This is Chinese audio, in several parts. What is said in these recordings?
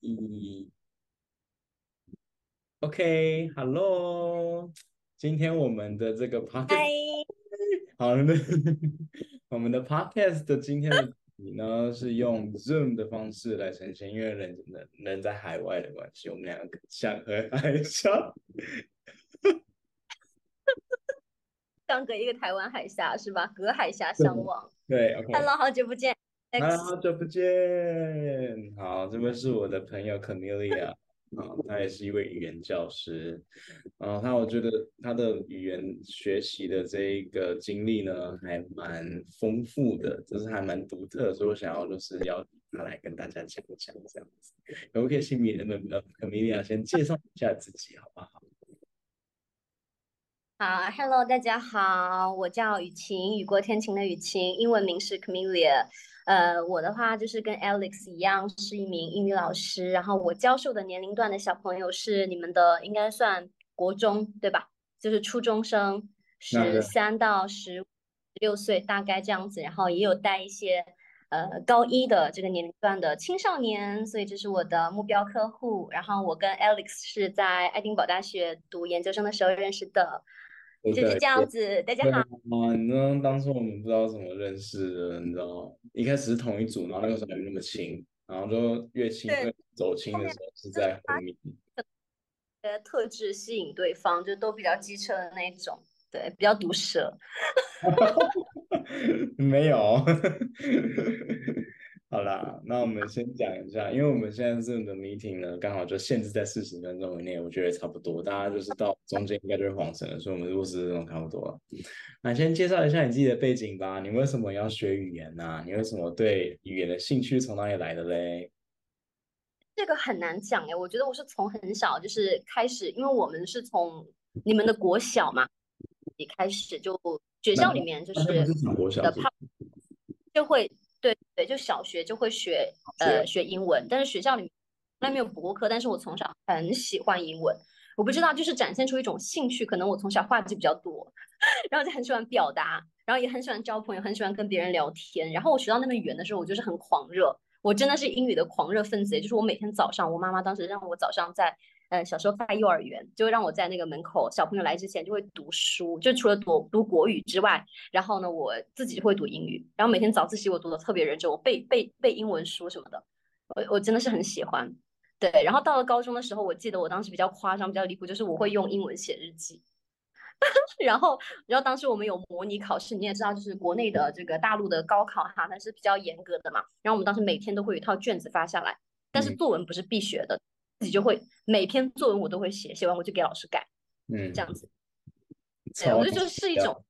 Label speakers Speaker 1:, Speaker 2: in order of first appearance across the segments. Speaker 1: 一。OK，Hello，今天我们的这个
Speaker 2: 嗨，
Speaker 1: podcast，好了，那我们的 podcast 的今天的主题呢是用 Zoom 的方式来呈现，因为人人人在海外的关系，我们两个想和海笑。
Speaker 2: 相隔一个台湾海峡是吧？隔海峡
Speaker 1: 对
Speaker 2: 相望。
Speaker 1: 对，OK，啊
Speaker 2: Hello，好久不见
Speaker 1: 哈
Speaker 2: ，X。
Speaker 1: 喽，好久不见。好，这位是我的朋友 Camelia，啊，她也是一位语言教师，啊，她我觉得她的语言学习的这一个经历呢，还蛮丰富的，就是还蛮独特，所以我想要就是邀请她来跟大家讲一讲这样子。可不可以请你们呃 Camelia 先介绍一下自己，好不好？
Speaker 2: 好，Hello，大家好，我叫雨晴，雨过天晴的雨晴，英文名是 Camelia。呃，我的话就是跟 Alex 一样，是一名英语老师，然后我教授的年龄段的小朋友是你们的，应该算国中，对吧？就是初中生，
Speaker 1: 那
Speaker 2: 十三到十六岁，大概这样子，然后也有带一些呃高一的这个年龄段的青少年，所以这是我的目标客户。然后我跟 Alex 是在爱丁堡大学读研究生的时候认识的。
Speaker 1: 对
Speaker 2: 就是
Speaker 1: 对
Speaker 2: 这样子，大家
Speaker 1: 对
Speaker 2: 好。
Speaker 1: 啊，你知道当初我们不知道怎么认识的，你知道吗？一开始是同一组，然后那个时候还没那么亲，然后就越亲
Speaker 2: 对，
Speaker 1: 越走亲
Speaker 2: 后
Speaker 1: 的
Speaker 2: 面
Speaker 1: 时候是
Speaker 2: 就是
Speaker 1: 在后
Speaker 2: 发
Speaker 1: 面。
Speaker 2: 觉特质吸引对方，就都比较机车的那种，对，比较毒舌。
Speaker 1: 没有， 好啦，那我们先讲一下，因为我们现在 Zoom 的 meeting 呢，刚好就限制在四十分钟以内，我觉得也差不多，大家就是到中间应该就是黄神了，所以我们录四十分钟差不多了。那先介绍一下你自己的背景吧，你为什么要学语言呢、你为什么对语言的兴趣从哪里来的嘞？
Speaker 2: 这个很难讲哎，我觉得我是从很小就是开始，因为我们是从你们的国小嘛，一开始就学
Speaker 1: 那
Speaker 2: 校里面就
Speaker 1: 那他们
Speaker 2: 是
Speaker 1: 是讲国小
Speaker 2: 的
Speaker 1: 是
Speaker 2: 怕就会对对，就小学就会学呃
Speaker 1: 学
Speaker 2: 学英文，但是学校里面从来没有补过课，但是我从小很喜欢英文，我不知道就是展现出一种兴趣，可能我从小话就比较多。 然后就很喜欢表达，然后也很喜欢交朋友，很喜欢跟别人聊天。然后我学到那门语言的时候，我就是很狂热，我真的是英语的狂热分子。也就是我每天早上，我妈妈当时让我早上在，呃，小时候在幼儿园，就让我在那个门口小朋友来之前就会读书，就除了读读国语之外，然后呢，我自己就会读英语。然后每天早自习我读的特别认真，我背背背英文书什么的，我我真的是很喜欢。对，然后到了高中的时候，我记得我当时比较夸张、比较离谱，就是我会用英文写日记。 然后，然后当时我们有模拟考试，你也知道，就是国内的这个大陆的高考哈，它是比较严格的嘛。然后我们当时每天都会有一套卷子发下来，但是
Speaker 1: 嗯
Speaker 2: 作文不是必学的，自己就会每篇作文我都会写，写完我就给老师改，这
Speaker 1: 嗯，
Speaker 2: 样子。对，
Speaker 1: 超啊
Speaker 2: 我觉得就是一
Speaker 1: 屌，
Speaker 2: 种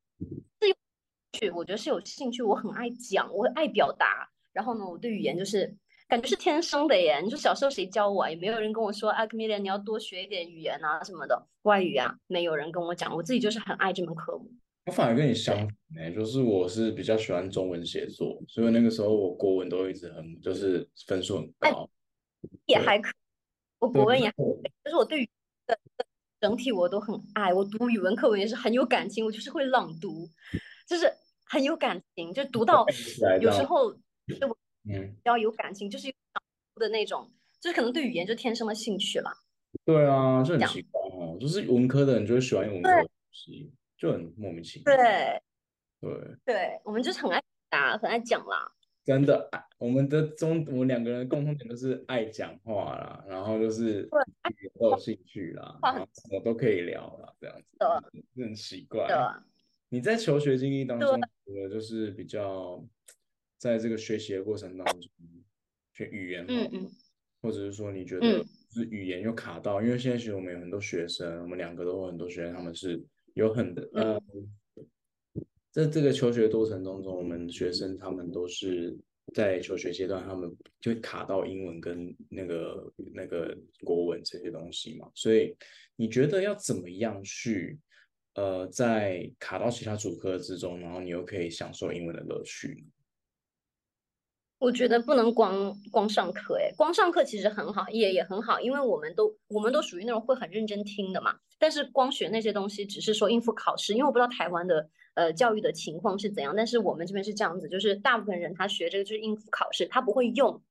Speaker 2: 趣，我觉得是有兴趣，我很爱讲，我爱表达。然后呢，我对语言就是感觉是天生的耶。你说小时候谁教我啊？也没有人跟我说，啊 c a m i l i a 你要多学一点语言啊什么的，外语啊，没有人跟我讲，我自己就是很爱这门科目。
Speaker 1: 我反而跟你相
Speaker 2: 对。
Speaker 1: 反呢、就是我是比较喜欢中文写作，所以那个时候我国文都一直很就是分数很
Speaker 2: 哎
Speaker 1: 高，
Speaker 2: 也
Speaker 1: 对
Speaker 2: 还可以，我
Speaker 1: 对，
Speaker 2: 国文也还
Speaker 1: 我
Speaker 2: 可以，但是我对于的整体我都很爱。我读语文课文也是很有感情，我就是会朗读，就是很有感情，就读到
Speaker 1: 背起来这
Speaker 2: 有时
Speaker 1: 样，
Speaker 2: 候就比
Speaker 1: 嗯，
Speaker 2: 较有感情，就是有朗读的那种，就是可能对语言就天生的兴趣了。
Speaker 1: 对啊，就很
Speaker 2: 这样
Speaker 1: 奇怪哦，就是文科的人就会喜欢文科
Speaker 2: 对
Speaker 1: 的东西，就很莫名其妙，
Speaker 2: 对
Speaker 1: 对，
Speaker 2: 对，我们就是很爱答，很爱讲啦。
Speaker 1: 真的爱，我们的中我们两个人的共同点就是爱讲话啦，然后就是
Speaker 2: 对，哎爱
Speaker 1: 都有兴趣啦，
Speaker 2: 话
Speaker 1: 然
Speaker 2: 很
Speaker 1: 后什么都可以聊啦，这样子，嗯
Speaker 2: 多
Speaker 1: 就很奇怪。
Speaker 2: 的，
Speaker 1: 你在求学经历当
Speaker 2: 对
Speaker 1: 中，我就是比较在这个学习的过程当中，学语言
Speaker 2: 嗯
Speaker 1: 好，
Speaker 2: 嗯
Speaker 1: 或者是说你觉得
Speaker 2: 嗯，
Speaker 1: 就是语言又卡到，因为现在其实我们有很多学生，我们两个都有很多学生，他们是有很
Speaker 2: 嗯
Speaker 1: 呃，在这个求学过程当中，我们学生他们都是在求学阶段，他们就会卡到英文跟那个那个国文这些东西嘛，所以你觉得要怎么样去？呃，在卡到其他主科之中，然后你又可以享受英文的乐趣。
Speaker 2: 我觉得不能光光上课，哎，光上课其实很好，也也很好，因为我们都我们都属于那种会很认真听的嘛。但是光学那些东西，只是说应付考试，因为我不知道台湾的呃教育的情况是怎样，但是我们这边是这样子，就是大部分人他学这个就是应付考试，他不会用，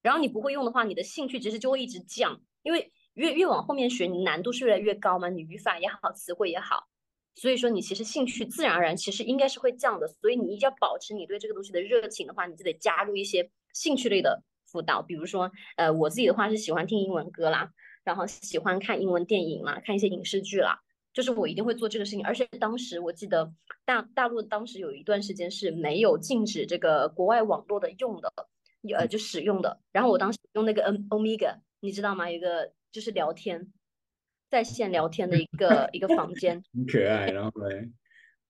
Speaker 2: 然后你不会用的话，你的兴趣其实就会一直降，因为越越往后面学，你难度是越来越高嘛，你语法也好，词汇也好，所以说你其实兴趣自然而然其实应该是会降的，所以你一定要保持你对这个东西的热情的话，你就得加入一些兴趣类的辅导，比如说呃我自己的话是喜欢听英文歌啦，然后喜欢看英文电影啦，看一些影视剧啦。就是我一定会做这个事情，而且当时我记得大大陆当时有一段时间是没有禁止这个国外网络的用的，呃，就使用的。然后我当时用那个 N Omega，你知道吗？一个就是聊天，在线聊天的一个一个房间。
Speaker 1: 很可爱。然后嘞，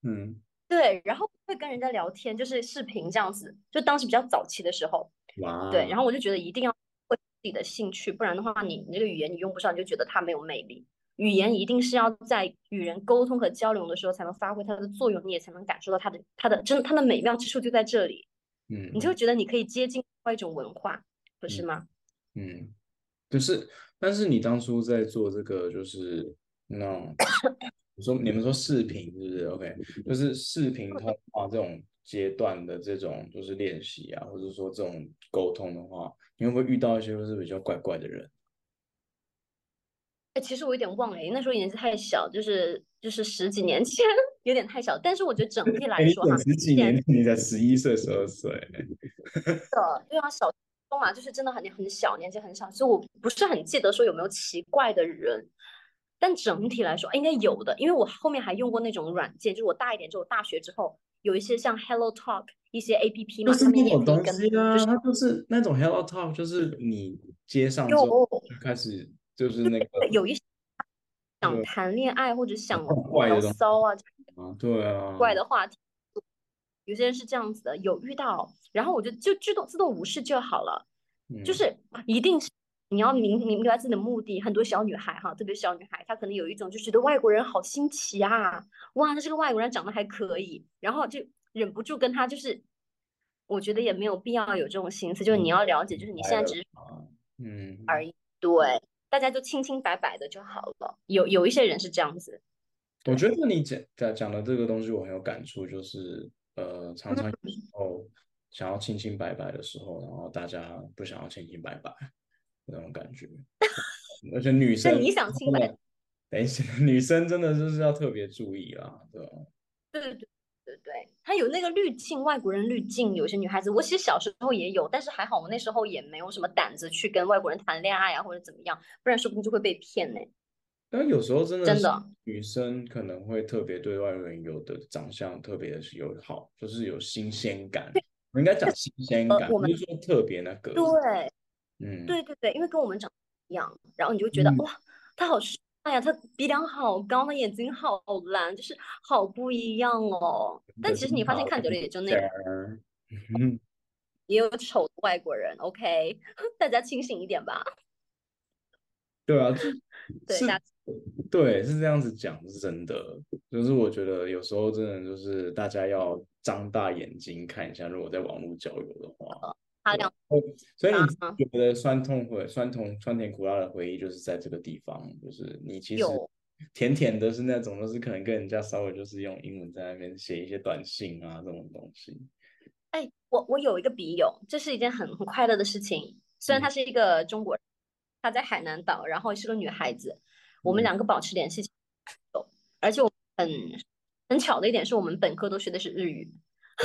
Speaker 1: 嗯，
Speaker 2: 对，然后会跟人家聊天，就是视频这样子。就当时比较早期的时候，
Speaker 1: 哇，哦
Speaker 2: 对。然后我就觉得一定要会自己的兴趣，不然的话你，你这个语言你用不上，你就觉得它没有魅力。语言一定是要在与人沟通和交流的时候才能发挥它的作用，你也才能感受到它的它的真它的美妙之处就在这里，
Speaker 1: 嗯，
Speaker 2: 你就会觉得你可以接近另外一种文化，不是吗？
Speaker 1: 嗯，就是，但是你当初在做这个，就是那种，你说你们说视频是不是？OK，就是视频通话这种阶段的这种就是练习啊，或者说这种沟通的话，你会不会遇到一些就是比较怪怪的人？
Speaker 2: 哎，其实我有点忘了，那时候年纪太小，就是就是十几年前 有点太小，但是我觉得整体来
Speaker 1: 哎，
Speaker 2: 说哈，
Speaker 1: 十几
Speaker 2: 现在
Speaker 1: 年，你才十一岁、十二岁，
Speaker 2: 的，对啊，小时候嘛，就是真的很很小，年纪很小，所以我不是很记得说有没有奇怪的人，但整体来说，哎应该有的，因为我后面还用过那种软件，就是我大一点之后，大学之后有一些像 Hello Talk 一些 A P P
Speaker 1: 就
Speaker 2: 嘛，
Speaker 1: 是
Speaker 2: 上面
Speaker 1: 那
Speaker 2: 也
Speaker 1: 种
Speaker 2: 可以
Speaker 1: 东
Speaker 2: 跟
Speaker 1: 西啊，它就是那种 Hello Talk，就是你接上之后
Speaker 2: 有
Speaker 1: 就开始就是那个
Speaker 2: 有一些想
Speaker 1: 对
Speaker 2: 谈恋爱或者想
Speaker 1: 怪怪的
Speaker 2: 聊
Speaker 1: 东
Speaker 2: 骚啊，
Speaker 1: 啊，对啊，
Speaker 2: 怪的话题，有些人是这样子的，有遇到，然后我就就自动自动无视就好了。就
Speaker 1: 嗯
Speaker 2: 是一定是你要明明白自己的目的。很多小女孩哈，特别是小女孩，她可能有一种就觉得外国人好新奇啊，哇，这个外国人长得还可以，然后就忍不住跟他就是，我觉得也没有必要有这种心思，就是你
Speaker 1: 嗯
Speaker 2: 要了解，就是你现在只是
Speaker 1: 啊，嗯，
Speaker 2: 对大家就清清白白的就好了。有有一些人是这样子，
Speaker 1: 我觉得你讲讲讲的这个东西，我很有感触，就是呃，常常有时候想要清清白白的时候，然后大家不想要清清白白那种感觉，而且女
Speaker 2: 那
Speaker 1: 生
Speaker 2: 你想清
Speaker 1: 真
Speaker 2: 白，
Speaker 1: 的， 等一下，女生真的就是要特别注意啦，对吧？
Speaker 2: 对对对对对，他有那个滤镜，外国人滤镜，有些女孩子，我其实小时候也有，但是还好我那时候也没有什么胆子去跟外国人谈恋爱啊，或者怎么样，不然说不定就会被骗呢。
Speaker 1: 但有时候真的
Speaker 2: 真
Speaker 1: 是
Speaker 2: 的哦
Speaker 1: 女生可能会特别对外人有的长相特别的友好，就是有新鲜感，我应该讲新鲜
Speaker 2: 呃
Speaker 1: 感，
Speaker 2: 我
Speaker 1: 不
Speaker 2: 们
Speaker 1: 是说特别那个，
Speaker 2: 对
Speaker 1: 嗯，
Speaker 2: 对对对，因为跟我们长得不一样，然后你就觉得、
Speaker 1: 嗯
Speaker 2: 哇，他好帅呀，他鼻梁好高，他眼睛好蓝，就是好不一样哦。但
Speaker 1: 对
Speaker 2: 其实
Speaker 1: 真
Speaker 2: 你发现
Speaker 1: 好啊
Speaker 2: 看久了也就那样，
Speaker 1: 儿，嗯，
Speaker 2: 也有丑的外国人，OK，大 家清醒一点吧。
Speaker 1: 对啊，就是
Speaker 2: 对
Speaker 1: 是
Speaker 2: 大家
Speaker 1: 对，是这样子讲，是真的。就是我觉得有时候真的就是大家要张大眼睛看一下，如果在网络交友的话，
Speaker 2: 擦
Speaker 1: 对
Speaker 2: 亮
Speaker 1: 所以
Speaker 2: 啊
Speaker 1: 你觉得酸痛回酸痛酸甜苦辣的回忆就是在这个地方，就是你其实
Speaker 2: 有。
Speaker 1: 甜甜的是那种，就是可能跟人家稍微就是用英文在那边写一些短信啊这种东西，
Speaker 2: 哎，我我有一个笔友，这是一件很很快乐的事情。虽
Speaker 1: 嗯
Speaker 2: 然她是一个中国人，她在海南岛，然后是个女孩子，我
Speaker 1: 嗯
Speaker 2: 们两个保持联系，而且我很很巧的一点是我们本科都学的是日语，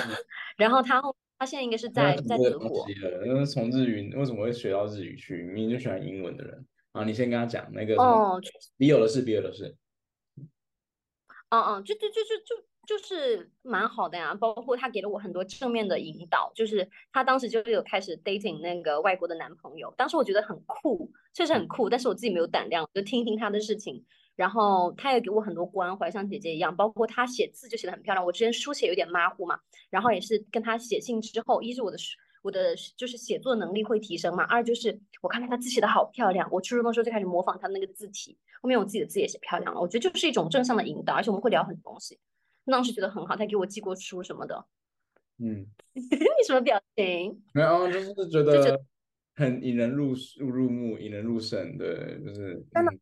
Speaker 1: 嗯
Speaker 2: 然后她后她现在应该是
Speaker 1: 那
Speaker 2: 在
Speaker 1: 讲
Speaker 2: 在
Speaker 1: 这
Speaker 2: 德
Speaker 1: 个东
Speaker 2: 国，
Speaker 1: 西了，那从日语为什么会学到日语去？明明就喜欢英文的人啊，你先跟他讲那个什么，
Speaker 2: 哦，
Speaker 1: 笔友的事，笔友的事，
Speaker 2: 嗯嗯，就就就就就就是蛮好的呀，包括他给了我很多正面的引导，就是他当时就有开始 dating 那个外国的男朋友，当时我觉得很酷，确实很酷，但是我自己没有胆量，就听一听他的事情，然后他也给我很多关怀，像姐姐一样，包括他写字就写的很漂亮，我之前书写有点马虎嘛，然后也是跟他写信之后，一是我的书我的就是写作能力会提升嘛，二就是我看到他字写的好漂亮，我初中的时候就开始模仿他那个字体，后面我自己的字也写漂亮了，我觉得就是一种正向的引导，而且我们会聊很多东西。当时觉得很好，他给我寄过书什么的。
Speaker 1: 嗯，
Speaker 2: 你什么表情？
Speaker 1: 然后哦就是觉
Speaker 2: 就觉
Speaker 1: 得很引人入入入目，引人入胜，对，就是
Speaker 2: 真的
Speaker 1: 嗯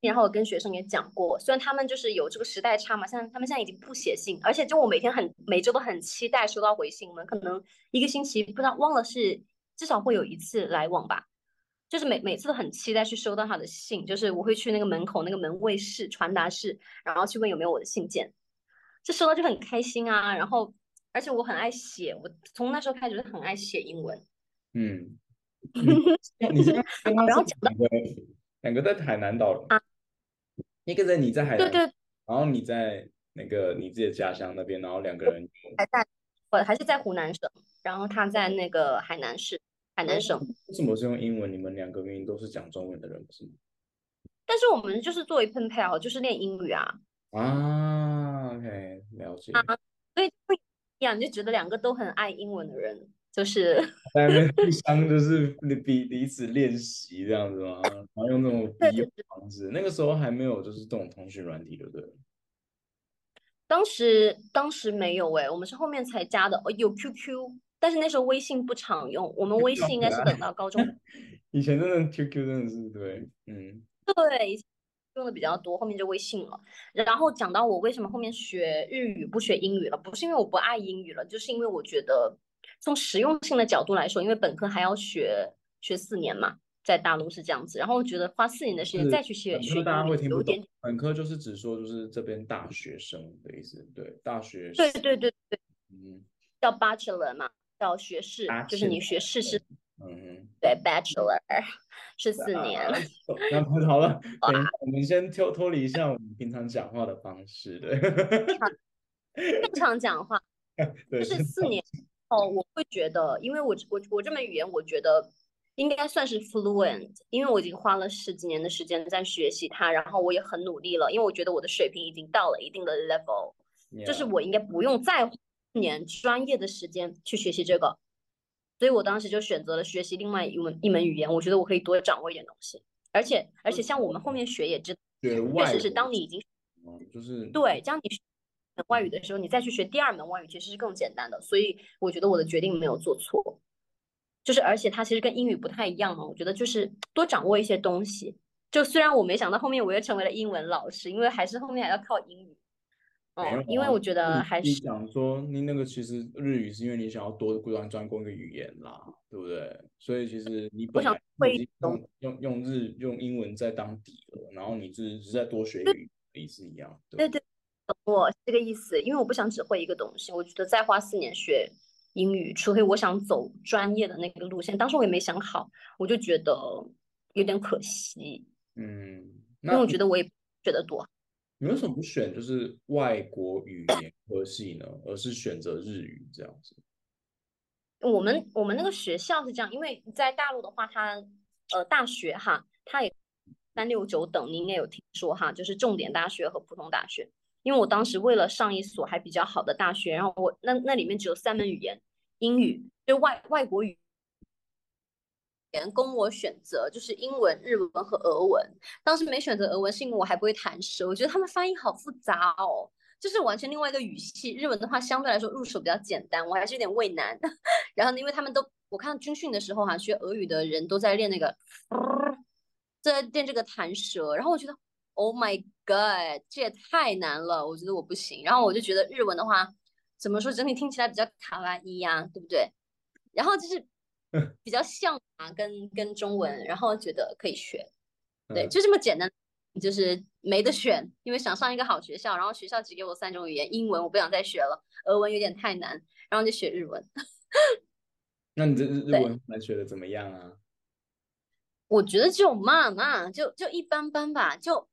Speaker 2: 然后我跟学生也讲过，虽然他们就是有这个时代差嘛，现在他们现在已经不写信，而且就我每天很每周都很期待收到回信，我们可能一个星期不知道忘了是至少会有一次来往吧。就是每每次都很期待去收到他的信，就是我会去那个门口那个门卫室、传达室，然后去问有没有我的信件。这收到就很开心啊，然后而且我很爱写，我从那时候开始就很爱写英文。
Speaker 1: 嗯，哦你这样刚刚
Speaker 2: 然后
Speaker 1: 是
Speaker 2: 讲
Speaker 1: 两个两个在海南岛人
Speaker 2: 啊，
Speaker 1: 一个在你在海
Speaker 2: 对
Speaker 1: 南，
Speaker 2: 对，
Speaker 1: 然后你在那个你自己的家乡那边，然后两个人
Speaker 2: 还在我还是在湖南省，然后他在那个海南市，海南省。
Speaker 1: 为什么是用英文？你们两个明明都是讲中文的人，不是吗？
Speaker 2: 但是我们就是作为 pen pal，就是练英语啊，
Speaker 1: 啊，OK，了解。
Speaker 2: 所以不一样，你就觉得两个都很爱英文的人，就是
Speaker 1: 在那边互相就是彼彼此练习这样子吗？然后用这种
Speaker 2: 对
Speaker 1: 笔友的方式，那个时候还没有就是这种通讯软体，对不对了？
Speaker 2: 当时当时没有哎、我们是后面才加的，哦，有 QQ，但是那时候微信不常用，我们微信应该是等到高中
Speaker 1: 以前真的 QQ 真的是对，嗯
Speaker 2: 对，以前用的比较多，后面就微信了。然后讲到我为什么后面学日语不学英语了，不是因为我不爱英语了，就是因为我觉得从实用性的角度来说，因为本科还要学学四年嘛，在大陆是这样子，然后我觉得花四年的时间
Speaker 1: 是
Speaker 2: 再去学
Speaker 1: 本
Speaker 2: 学
Speaker 1: 科大家
Speaker 2: 英
Speaker 1: 会
Speaker 2: 语
Speaker 1: 听
Speaker 2: 有
Speaker 1: 不
Speaker 2: 一点
Speaker 1: 懂，本科就是只说就是这边大学生的意思，对，大学
Speaker 2: 对
Speaker 1: 生
Speaker 2: 对对对，
Speaker 1: 嗯
Speaker 2: 叫 bachelor 嘛，叫学士，就是你
Speaker 1: Bachelor
Speaker 2: 学士是
Speaker 1: 嗯哼。
Speaker 2: 对 bachelor 是四
Speaker 1: 啊
Speaker 2: 年。
Speaker 1: 那好 了，等一下，我们先脱脱离一下我们平常讲话的方式，对，
Speaker 2: 正常讲话，
Speaker 1: 对，
Speaker 2: 就是
Speaker 1: 是
Speaker 2: 四年后，我会觉得，因为我我我这门语言，我觉得应该算是 fluent，因为我已经花了十几年的时间在学习它，然后我也很努力了，因为我觉得我的水平已经到了一定的 level，就是我应该不用再花一年专业的时间去学习这个，所以我当时就选择了学习另外一门一门语言，我觉得我可以多掌握一点东西，而且而且像我们后面学也知道，
Speaker 1: 学
Speaker 2: 确
Speaker 1: 嗯外
Speaker 2: 实是
Speaker 1: 国
Speaker 2: 当你已经。
Speaker 1: 哦就是
Speaker 2: 对，这样你学一门外语的时候，你再去学第二门外语其实是更简单的。所以我觉得我的决定没有做错，就是而且它其实跟英语不太一样嘛。我觉得就是多掌握一些东西。就虽然我没想到后面我又成为了英文老师，因为还是后面还要靠英语。
Speaker 1: 没有
Speaker 2: 嗯，因为
Speaker 1: 啊
Speaker 2: 我觉得还
Speaker 1: 你
Speaker 2: 是
Speaker 1: 想说，你那个其实日语是因为你想要多专专攻一个语言啦，对不对？所以其实你本
Speaker 2: 想
Speaker 1: 来就
Speaker 2: 会
Speaker 1: 已
Speaker 2: 一
Speaker 1: 经用用用日用英文在当底了，然后你只只是在多学一个语言是一样的。
Speaker 2: 对对，懂我这个意思，因为我不想只会一个东西，我觉得再花四年学英语，除非我想走专业的那个路线，当时我也没想好，我就觉得有点可惜，
Speaker 1: 嗯，
Speaker 2: 因为
Speaker 1: 那
Speaker 2: 我觉得我也学得多好。
Speaker 1: 你为什么不选就是外国语言科系呢，而是选择日语这样子？
Speaker 2: 我们我们那个学校是这样，因为在大陆的话，它呃大学哈，它也三六九等，你应该有听说哈，就是重点大学和普通大学。因为我当时为了上一所还比较好的大学，然后我那那里面只有三门语言，英语就外外国语言供我选择，就是英文、日文和俄文。当时没选择俄文，是因为我还不会弹舌，我觉得他们发音好复杂哦，就是完全另外一个语系。日文的话相对来说入手比较简单，我还是有点畏难。然后呢，因为他们都，我看军训的时候哈、学俄语的人都在练那个，在练这个弹舌，然后我觉得，Oh my God，这也太难了，我觉得我不行。然后我就觉得日文的话，怎么说，整体听起来比较卡哇伊呀，对不对？然后就是比较像啊，跟跟中文，然后觉得可以学，对，
Speaker 1: 嗯
Speaker 2: 就这么简单，就是没得选，因为想上一个好学校，然后学校只给我三种语言，英文我不想再学了，俄文有点太难，然后就学日文。
Speaker 1: 那你这日日
Speaker 2: 对
Speaker 1: 文来学的怎么样啊？
Speaker 2: 我觉得就慢慢，就就一般般吧。就，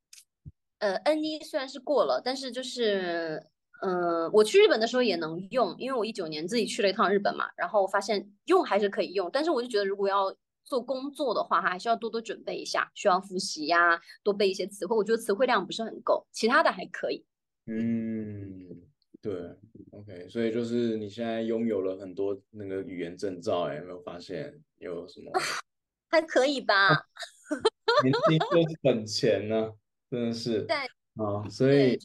Speaker 2: 呃，N 一虽然是过了，但是就是，嗯、我去日本的时候也能用，因为我一九年自己去了一趟日本嘛，然后发现用还是可以用，但是我就觉得如果要做工作的话，还是要多多准备一下，需要复习呀、多背一些词汇。我觉得词汇量不是很够，其他的还可以。
Speaker 1: 嗯，对，OK，所以就是你现在拥有了很多那个语言证照，哎，有没有发现有什 么
Speaker 2: 还可以吧？
Speaker 1: 年轻就是本钱呢、真的是
Speaker 2: 对
Speaker 1: 啊，所
Speaker 2: 对
Speaker 1: 以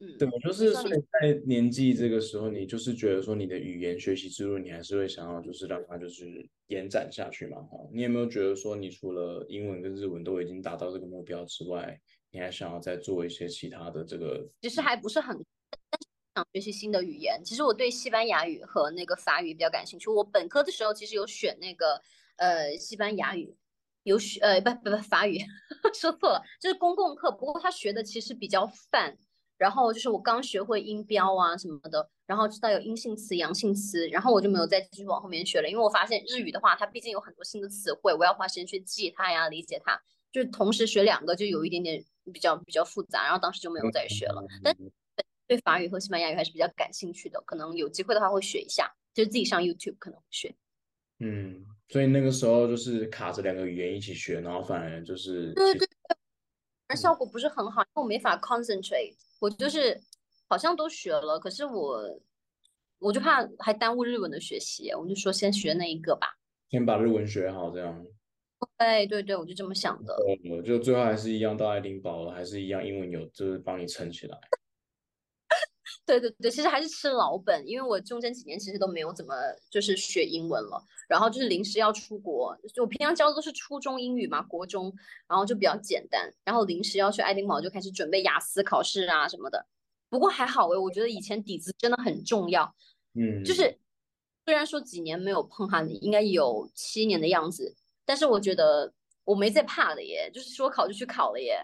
Speaker 2: 嗯，
Speaker 1: 对，就是
Speaker 2: 说
Speaker 1: 所
Speaker 2: 你
Speaker 1: 以在年纪这个时候，你就是觉得说你的语言学习之路，你还是会想要就是让它就是延展下去嘛，哈，你有没有觉得说你除了英文跟日文都已经达到这个目标之外，你还想要再做一些其他的这个？
Speaker 2: 只是还不是很，想学习新的语言。其实我对西班牙语和那个法语比较感兴趣。我本科的时候其实有选那个呃西班牙语，有选呃不不不法语， 说错了，就是公共课。不过他学的其实比较泛，然后就是我刚学会音标啊什么的，然后知道有阴性词、阳性词，然后我就没有再继续往后面学了，因为我发现日语的话，它毕竟有很多新的词汇，我要花时间去记它呀、理解它，就是同时学两个就有一点点比较比较复杂，然后当时就没有再学
Speaker 1: 嗯
Speaker 2: 了。但对法语和西班牙语还是比较感兴趣的，可能有机会的话会学一下，就是自己上 YouTube 可能会学。
Speaker 1: 嗯，所以那个时候就是卡着两个语言一起学，然后反而就是
Speaker 2: 对对对，而效果不是很好，因为我没法 concentrate。我就是好像都学了，可是我我就怕还耽误日文的学习，我就说先学那一个吧。
Speaker 1: 先把日文学好，这样。
Speaker 2: 对对对，我就这么想的。
Speaker 1: 我就最后还是一样到爱丁堡了，还是一样英文有就是帮你撑起来。
Speaker 2: 对对对，其实还是吃老本，因为我中间几年其实都没有怎么就是学英文了，然后就是临时要出国，就我平常教的都是初中英语嘛，国中，然后就比较简单，然后临时要去爱丁堡就开始准备雅思考试啊什么的。不过还好诶，我觉得以前底子真的很重要，
Speaker 1: 嗯，
Speaker 2: 就是虽然说几年没有碰它，应该有七年的样子，但是我觉得我没在怕的耶，就是说考就去考了耶。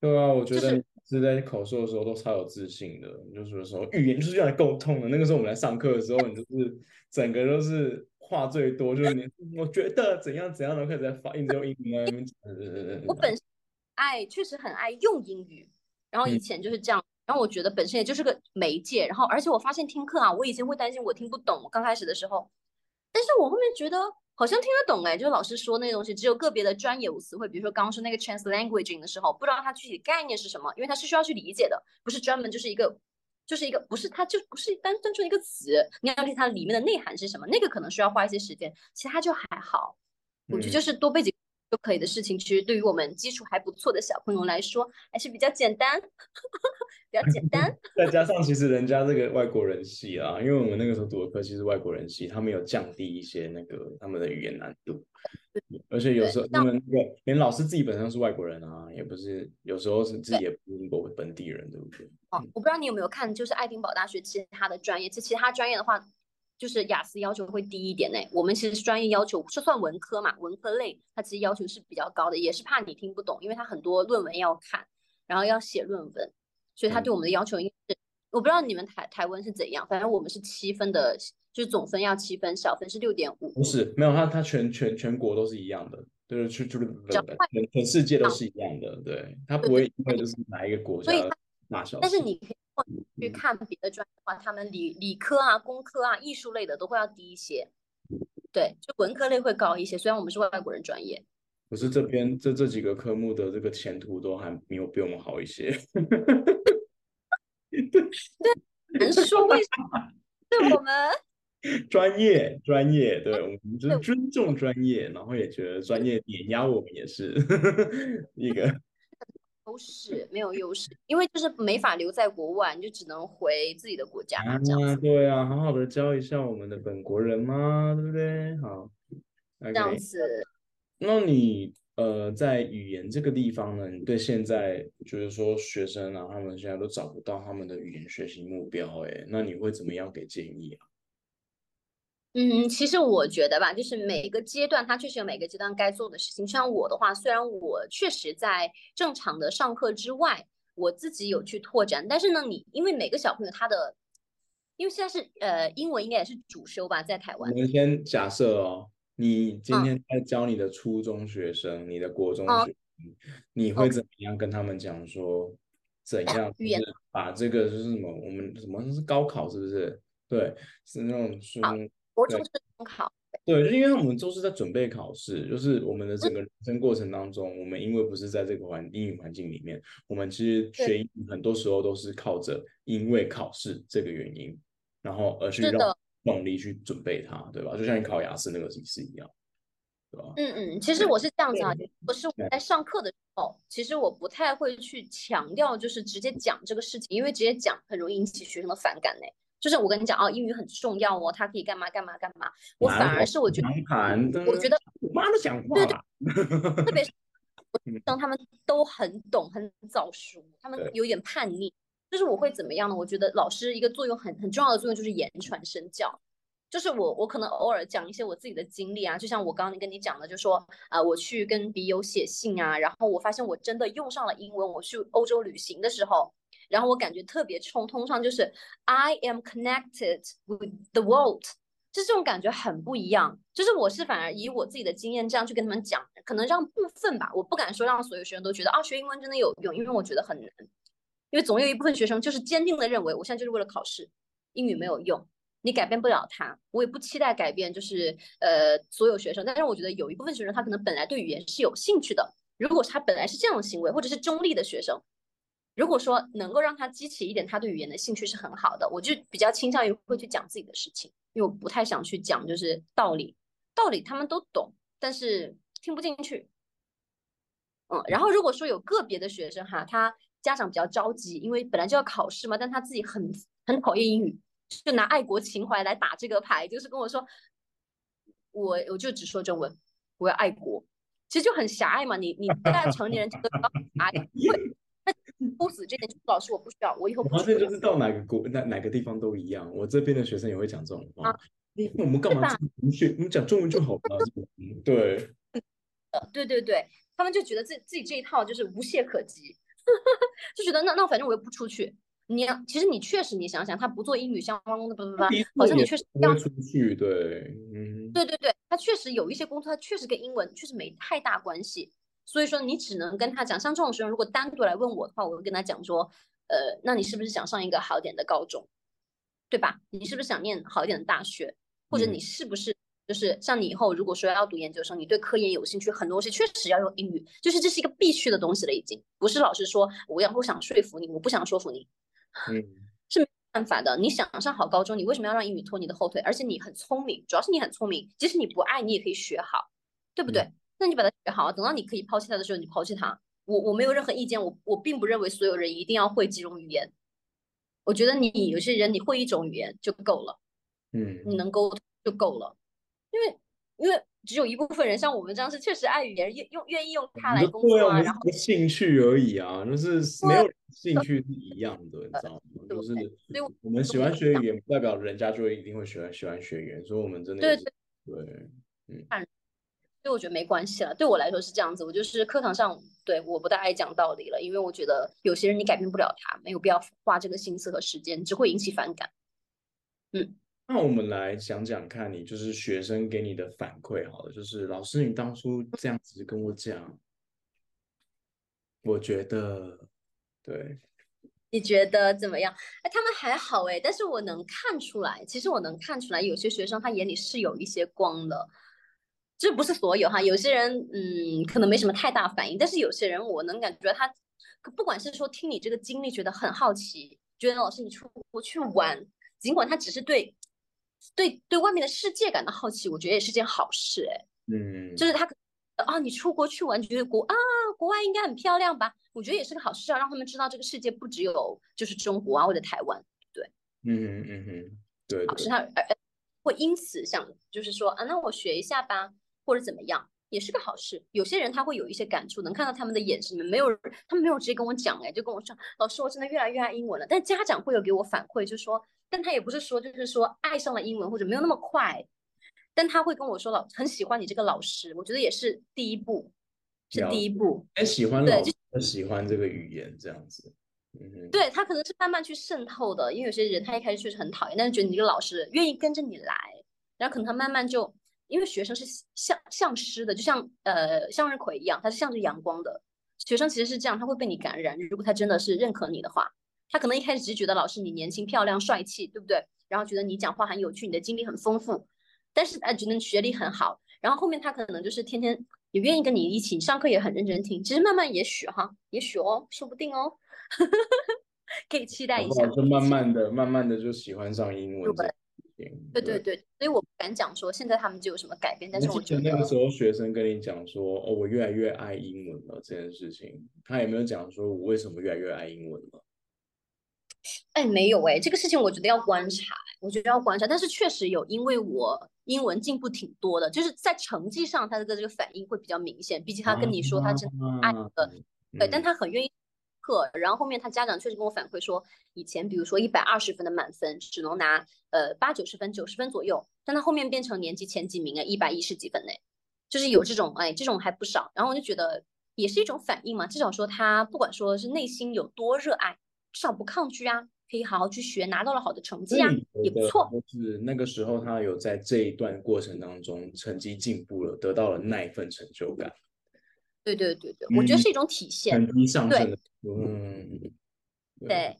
Speaker 1: 对啊，我觉
Speaker 2: 就是
Speaker 1: 得每次在口述的时候都超有自信的，就是说语言就是用来沟通的。那个时候我们来上课的时候，你就是整个都是话最多，就是你我觉得怎样怎样，然后开始在发，一直用英文在那边讲。
Speaker 2: 我本身爱确实很爱用英语，然后以
Speaker 1: 嗯
Speaker 2: 前就是这样，然后我觉得本身也就是个媒介，然后而且我发现听课啊，我以前会担心我听不懂，我刚开始的时候，但是我后面觉得好像听得懂哎，就是老师说那东西，只有个别的专有词汇，比如说刚刚说那个 translanguaging 的时候，不知道它具体概念是什么，因为它是需要去理解的，不是专门就是一个。就是一个不是它就不是单单纯一个词，你要理解它里面的内涵是什么，那个可能需要花一些时间，其他就还好。我觉得
Speaker 1: 嗯
Speaker 2: 就是多背几个就可以的事情，其实对于我们基础还不错的小朋友来说，还是比较简单， 比较简单。
Speaker 1: 再加上，其实人家这个外国人系啊，因为我们那个时候读的科系是外国人系，他们有降低一些那个他们的语言难度，而且有时候
Speaker 2: 对
Speaker 1: 他们那个连老师自己本身是外国人啊，也不是有时候是自己也不是英国本地人，对不对？
Speaker 2: 哦，我不知道你有没有看，就是爱丁堡大学其他的专业，其其他专业的话，就是雅思要求会低一点呢。我们其实专业要求是算文科嘛，文科类它其实要求是比较高的，也是怕你听不懂，因为它很多论文要看，然后要写论文，所以它
Speaker 1: 嗯
Speaker 2: 对我们的要求应该是，我不知道你们台台湾是怎样，反正我们是七分的，就是总分要七分，小分是六点五。
Speaker 1: 不是，没有，他他全全全国都是一样的，就是去去
Speaker 2: 只要
Speaker 1: 全全世界都是一样的，对，他不会因为就是哪一个国
Speaker 2: 所以
Speaker 1: 家
Speaker 2: 它
Speaker 1: 大小，
Speaker 2: 但是你可以换去
Speaker 1: 嗯
Speaker 2: 看别的专业的话，他们理理科啊、工科啊、艺术类的都会要低一些，对，就文科类会高一些。虽然我们是外国人专业，
Speaker 1: 可是这边这这几个科目的这个前途都还没有比我们好一些。
Speaker 2: 难说 为什么对我们
Speaker 1: 专业，专业，对，我们就是
Speaker 2: 啊对
Speaker 1: 尊重专业，然后也觉得专业碾压我们也 是一个，
Speaker 2: 优势没有优势，因为就是没法留在国外，你就只能回自己的国家
Speaker 1: 啊
Speaker 2: 这样子。
Speaker 1: 对啊，好好的教一下我们的本国人嘛，对不对？好
Speaker 2: 这样
Speaker 1: ，OK，
Speaker 2: 子，
Speaker 1: 那你呃在语言这个地方呢，你对现在就是说学生啊，他们现在都找不到他们的语言学习目标，哎，那你会怎么样给建议啊？
Speaker 2: 嗯，其实我觉得吧，就是每个阶段它确实有每个阶段该做的事情。像我的话，虽然我确实在正常的上课之外，我自己有去拓展，但是呢，你因为每个小朋友他的，因为现在是呃英文应该也是主修吧，在台
Speaker 1: 我
Speaker 2: 湾，
Speaker 1: 们先假设哦，你今
Speaker 2: 嗯
Speaker 1: 天在教你的初中学生、你的国中
Speaker 2: 哦
Speaker 1: 学生，你会
Speaker 2: OK
Speaker 1: 怎么样跟他们讲说，怎样就
Speaker 2: 语言
Speaker 1: 是把这个就是什么，我们什么是高考是不是？对，是那种是那种
Speaker 2: 国
Speaker 1: 对
Speaker 2: 中是中考，
Speaker 1: 对，就因为我们都是在准备考试，就是我们的
Speaker 2: 嗯
Speaker 1: 整个人生过程当中，我们因为不是在这个环英语环境里面，我们其实
Speaker 2: 对
Speaker 1: 学英语很多时候都是靠着因为考试这个原因，然后而去
Speaker 2: 是
Speaker 1: 让
Speaker 2: 的。
Speaker 1: 动力去准备它，对吧？就像你考雅思那个是是一样，对吧？
Speaker 2: 嗯嗯，其实我是这样子啊，不是我
Speaker 1: 对
Speaker 2: 在上课的时候，其实我不太会去强调，就是直接讲这个事情，因为直接讲很容易引起学生的反感呢。就是我跟你讲哦，英语很重要哦，它可以干嘛干嘛干嘛。我
Speaker 1: 难
Speaker 2: 反而是我觉得，
Speaker 1: 难盘的，
Speaker 2: 我觉得
Speaker 1: 我妈都讲话啊
Speaker 2: 对
Speaker 1: 啦，
Speaker 2: 特别是
Speaker 1: 嗯
Speaker 2: 当他们都很懂、很早熟，他们
Speaker 1: 对
Speaker 2: 有点叛逆，就是我会怎么样呢？我觉得老师一个作用很很重要的作用就是言传身教，就是我我可能偶尔讲一些我自己的经历啊，就像我刚刚跟你讲的，就说啊、呃我去跟笔友写信啊，然后我发现我真的用上了英文，我去欧洲旅行的时候。然后我感觉特别冲，通常就是 I am connected with the world，就这种感觉很不一样。就是我是反而以我自己的经验这样去跟他们讲，可能让部分吧，我不敢说让所有学生都觉得啊学英文真的有用，因为我觉得很难，因为总有一部分学生就是坚定的认为我现在就是为了考试，英语没有用。你改变不了他，我也不期待改变，就是呃所有学生。但是我觉得有一部分学生他可能本来对语言是有兴趣的，如果他本来是这样的行为，或者是中立的学生，如果说能够让他激起一点他对语言的兴趣是很好的，我就比较倾向于会去讲自己的事情，因为我不太想去讲就是道理，道理他们都懂，但是听不进去。嗯，然后如果说有个别的学生哈，他家长比较着急，因为本来就要考试嘛，但他自己很很讨厌英语，就拿爱国情怀来打这个牌，就是跟我说，我我就只说中文，我要爱国，其实就很狭隘嘛。你你带成年人这个比较狭隘，会 那不死这点，老师我不需要，我以后不
Speaker 1: 然后
Speaker 2: 学
Speaker 1: 这就
Speaker 2: 了
Speaker 1: 是到哪个国哪哪个地方都一样，我这边的学生也会讲这种话。那我们干
Speaker 2: 啊是
Speaker 1: 嘛
Speaker 2: 吧
Speaker 1: 自己读学？我们讲中文就好 了。这种嗯对，
Speaker 2: 对对对，他们就觉得自自己这一套就是无懈可击， 就觉得那那反正我又不出去。你要其实你确实你想想，他不做英语相关工作，不不不，
Speaker 1: 第一
Speaker 2: 好
Speaker 1: 次
Speaker 2: 像你
Speaker 1: 也
Speaker 2: 确实
Speaker 1: 不
Speaker 2: 这样
Speaker 1: 会出去，对，嗯，
Speaker 2: 对对对，他确实有一些工作，他确实跟英文确实没太大关系，所以说你只能跟他讲。像这种学生，如果单独来问我的话，我会跟他讲说，呃，那你是不是想上一个好点的高中，对吧？你是不是想念好一点的大学，或者
Speaker 1: 嗯
Speaker 2: 你是不是就是像你以后如果说要读研究生，你对科研有兴趣，很多东西确实要用英语，就是这是一个必须的东西了，已经不是老师说我要不想说服你，我不想说服你，
Speaker 1: 嗯，
Speaker 2: 是没办法的。你想上好高中，你为什么要让英语拖你的后腿？而且你很聪明，主要是你很聪明，即使你不爱，你也可以学好，对不对？那你把它学好啊，等到你可以抛弃它的时候，你抛弃它。我我没有任何意见，我我并不认为所有人一定要会几种语言。我觉得你有些人你会一种语言就够了，你
Speaker 1: 嗯，
Speaker 2: 能沟通就够了，因为因为只有一部分人像我们这样是确实爱语言，愿用愿意用它
Speaker 1: 我
Speaker 2: 来
Speaker 1: 们就
Speaker 2: 工
Speaker 1: 对啊，
Speaker 2: 作
Speaker 1: 我
Speaker 2: 啊，
Speaker 1: 们
Speaker 2: 然
Speaker 1: 只
Speaker 2: 后
Speaker 1: 是兴趣而已啊，就是没有人兴趣是一样的，你知道吗？
Speaker 2: 对
Speaker 1: 就是
Speaker 2: 所以我
Speaker 1: 我们
Speaker 2: 就
Speaker 1: 喜
Speaker 2: 不
Speaker 1: 欢
Speaker 2: 一
Speaker 1: 学
Speaker 2: 样
Speaker 1: 语言，不代表人家就一定会喜欢喜欢学语言，所以我们真的也
Speaker 2: 对
Speaker 1: 是对，
Speaker 2: 所以我觉得没关系了。对我来说是这样子，我就是课堂上对我不大爱讲道理了，因为我觉得有些人你改变不了他，没有必要花这个心思和时间，只会引起反感。
Speaker 1: 那我们来讲讲看，你就是学生给你的反馈好了，就是老师你当初这样子跟我讲，我觉得对，
Speaker 2: 你觉得怎么样？哎，他们还好哎，但是我能看出来，其实我能看出来，有些学生他眼里是有一些光的，这不是所有哈，有些人嗯可能没什么太大反应，但是有些人我能感觉他，不管是说听你这个经历觉得很好奇，觉得老师你出国去玩，尽管他只是对对对外面的世界感到好奇，我觉得也是件好事哎。
Speaker 1: 嗯，
Speaker 2: 就是他可能啊，你出国去玩，觉得国啊，国外应该很漂亮吧？我觉得也是个好事啊，让他们知道这个世界不只有就是中国啊或者台湾，
Speaker 1: 嗯哼嗯哼，对
Speaker 2: 好
Speaker 1: 对
Speaker 2: 是他呃呃会因此想就是说啊，那我学一下吧，或者怎么样，也是个好事。有些人他会有一些感触，能看到他们的眼神里面没有，他们没有直接跟我讲，哎，就跟我说老师，我真的越来越爱英文了。但家长会有给我反馈，就说，但他也不是说就是说爱上了英文或者没有那么快，但他会跟我说老很喜欢你这个老师，我觉得也是第一步，是
Speaker 1: 了
Speaker 2: 第一步。
Speaker 1: 很喜欢
Speaker 2: 对
Speaker 1: 老
Speaker 2: 就
Speaker 1: 师，很喜欢这个语言这样子，嗯哼，
Speaker 2: 对他可能是慢慢去渗透的，因为有些人他一开始确实很讨厌，但是觉得你这个老师愿意跟着你来，然后可能他慢慢就，因为学生是像像诗的，就像呃向日葵一样，它是向着阳光的。学生其实是这样，他会被你感染。如果他真的是认可你的话，他可能一开始只是觉得老师你年轻漂亮帅气，对不对？然后觉得你讲话很有趣，你的经历很丰富，但是哎，觉得你学历很好，然后后面他可能就是天天也愿意跟你一起上课，也很认真听。其实慢慢也许哈，也许哦，说不定哦， 可以期待
Speaker 1: 然
Speaker 2: 一下
Speaker 1: 后。就慢慢的、慢慢的就喜欢上英文这件事情，
Speaker 2: 对对对，所以我不敢讲说现在他们就有什么改变，但
Speaker 1: 你
Speaker 2: 是我
Speaker 1: 记
Speaker 2: 觉
Speaker 1: 得那个
Speaker 2: 得
Speaker 1: 时候学生跟你讲说，哦，我越来越爱英文了这件事情，他有没有讲说我为什么越来越爱英文了？
Speaker 2: 哎，没有哎，这个事情我觉得要观察，我觉得要观察，但是确实有，因为我英文进步挺多的，就是在成绩上他的这个反应会比较明显，毕竟他跟你说他真的爱
Speaker 1: 啊
Speaker 2: 的，对，但
Speaker 1: 嗯
Speaker 2: 他很愿意课，然后后面他家长确实跟我反馈说，以前比如说一百二十分的满分，只能拿呃八九十分、九十分左右，但他后面变成年级前几名啊，一百一十几分嘞，就是有这种哎，这种还不少。然后我就觉得也是一种反应嘛，至少说他不管说是内心有多热爱，至少不抗拒啊，可以好好去学，拿到了好的成绩啊，也不错。。
Speaker 1: 就是那个时候，他有在这一段过程当中成绩进步了，得到了那一份成就感，
Speaker 2: 对对对对，我觉得是一种体现。
Speaker 1: 成绩上
Speaker 2: 对
Speaker 1: 升的。嗯，对。
Speaker 2: 对，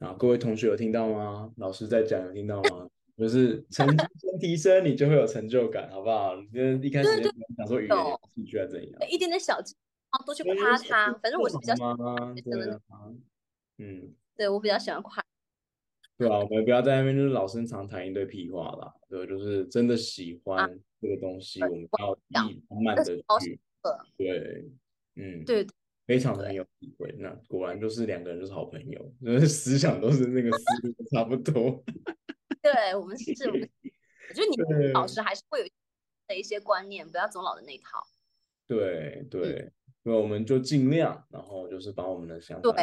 Speaker 1: 啊，各位同学有听到吗？老师在讲，有听到吗？就是 成绩先提升，你就会有成就感，好不好？你这一开始
Speaker 2: 对
Speaker 1: 就
Speaker 2: 对
Speaker 1: 不要想说语言
Speaker 2: 有
Speaker 1: 兴趣啊怎样，
Speaker 2: 一点点小技巧多去
Speaker 1: 对
Speaker 2: 夸他，反正我是比较
Speaker 1: 妈妈，
Speaker 2: 学生
Speaker 1: 对
Speaker 2: 的
Speaker 1: 啊，嗯，
Speaker 2: 对我比较喜欢夸。
Speaker 1: 对啊，我们不要在那边就是老生常谈一堆屁话啦，对，就是真的喜欢这个东西，
Speaker 2: 啊对
Speaker 1: 我们
Speaker 2: 我
Speaker 1: 要
Speaker 2: 讲
Speaker 1: 一慢慢的
Speaker 2: 那是好
Speaker 1: 去
Speaker 2: 的，
Speaker 1: 对，嗯，
Speaker 2: 对对
Speaker 1: 非常很
Speaker 2: 对
Speaker 1: 有体会。那果然就是两个人就是好朋友，就是思想都是那个思路都差不多，
Speaker 2: 对，我们是，我 们我觉得
Speaker 1: 对
Speaker 2: 你老师还是会有的一些观念，不要总老的那一套。嗯
Speaker 1: 对对，所以我们就尽量，然后就是把我们的想
Speaker 2: 对
Speaker 1: 法，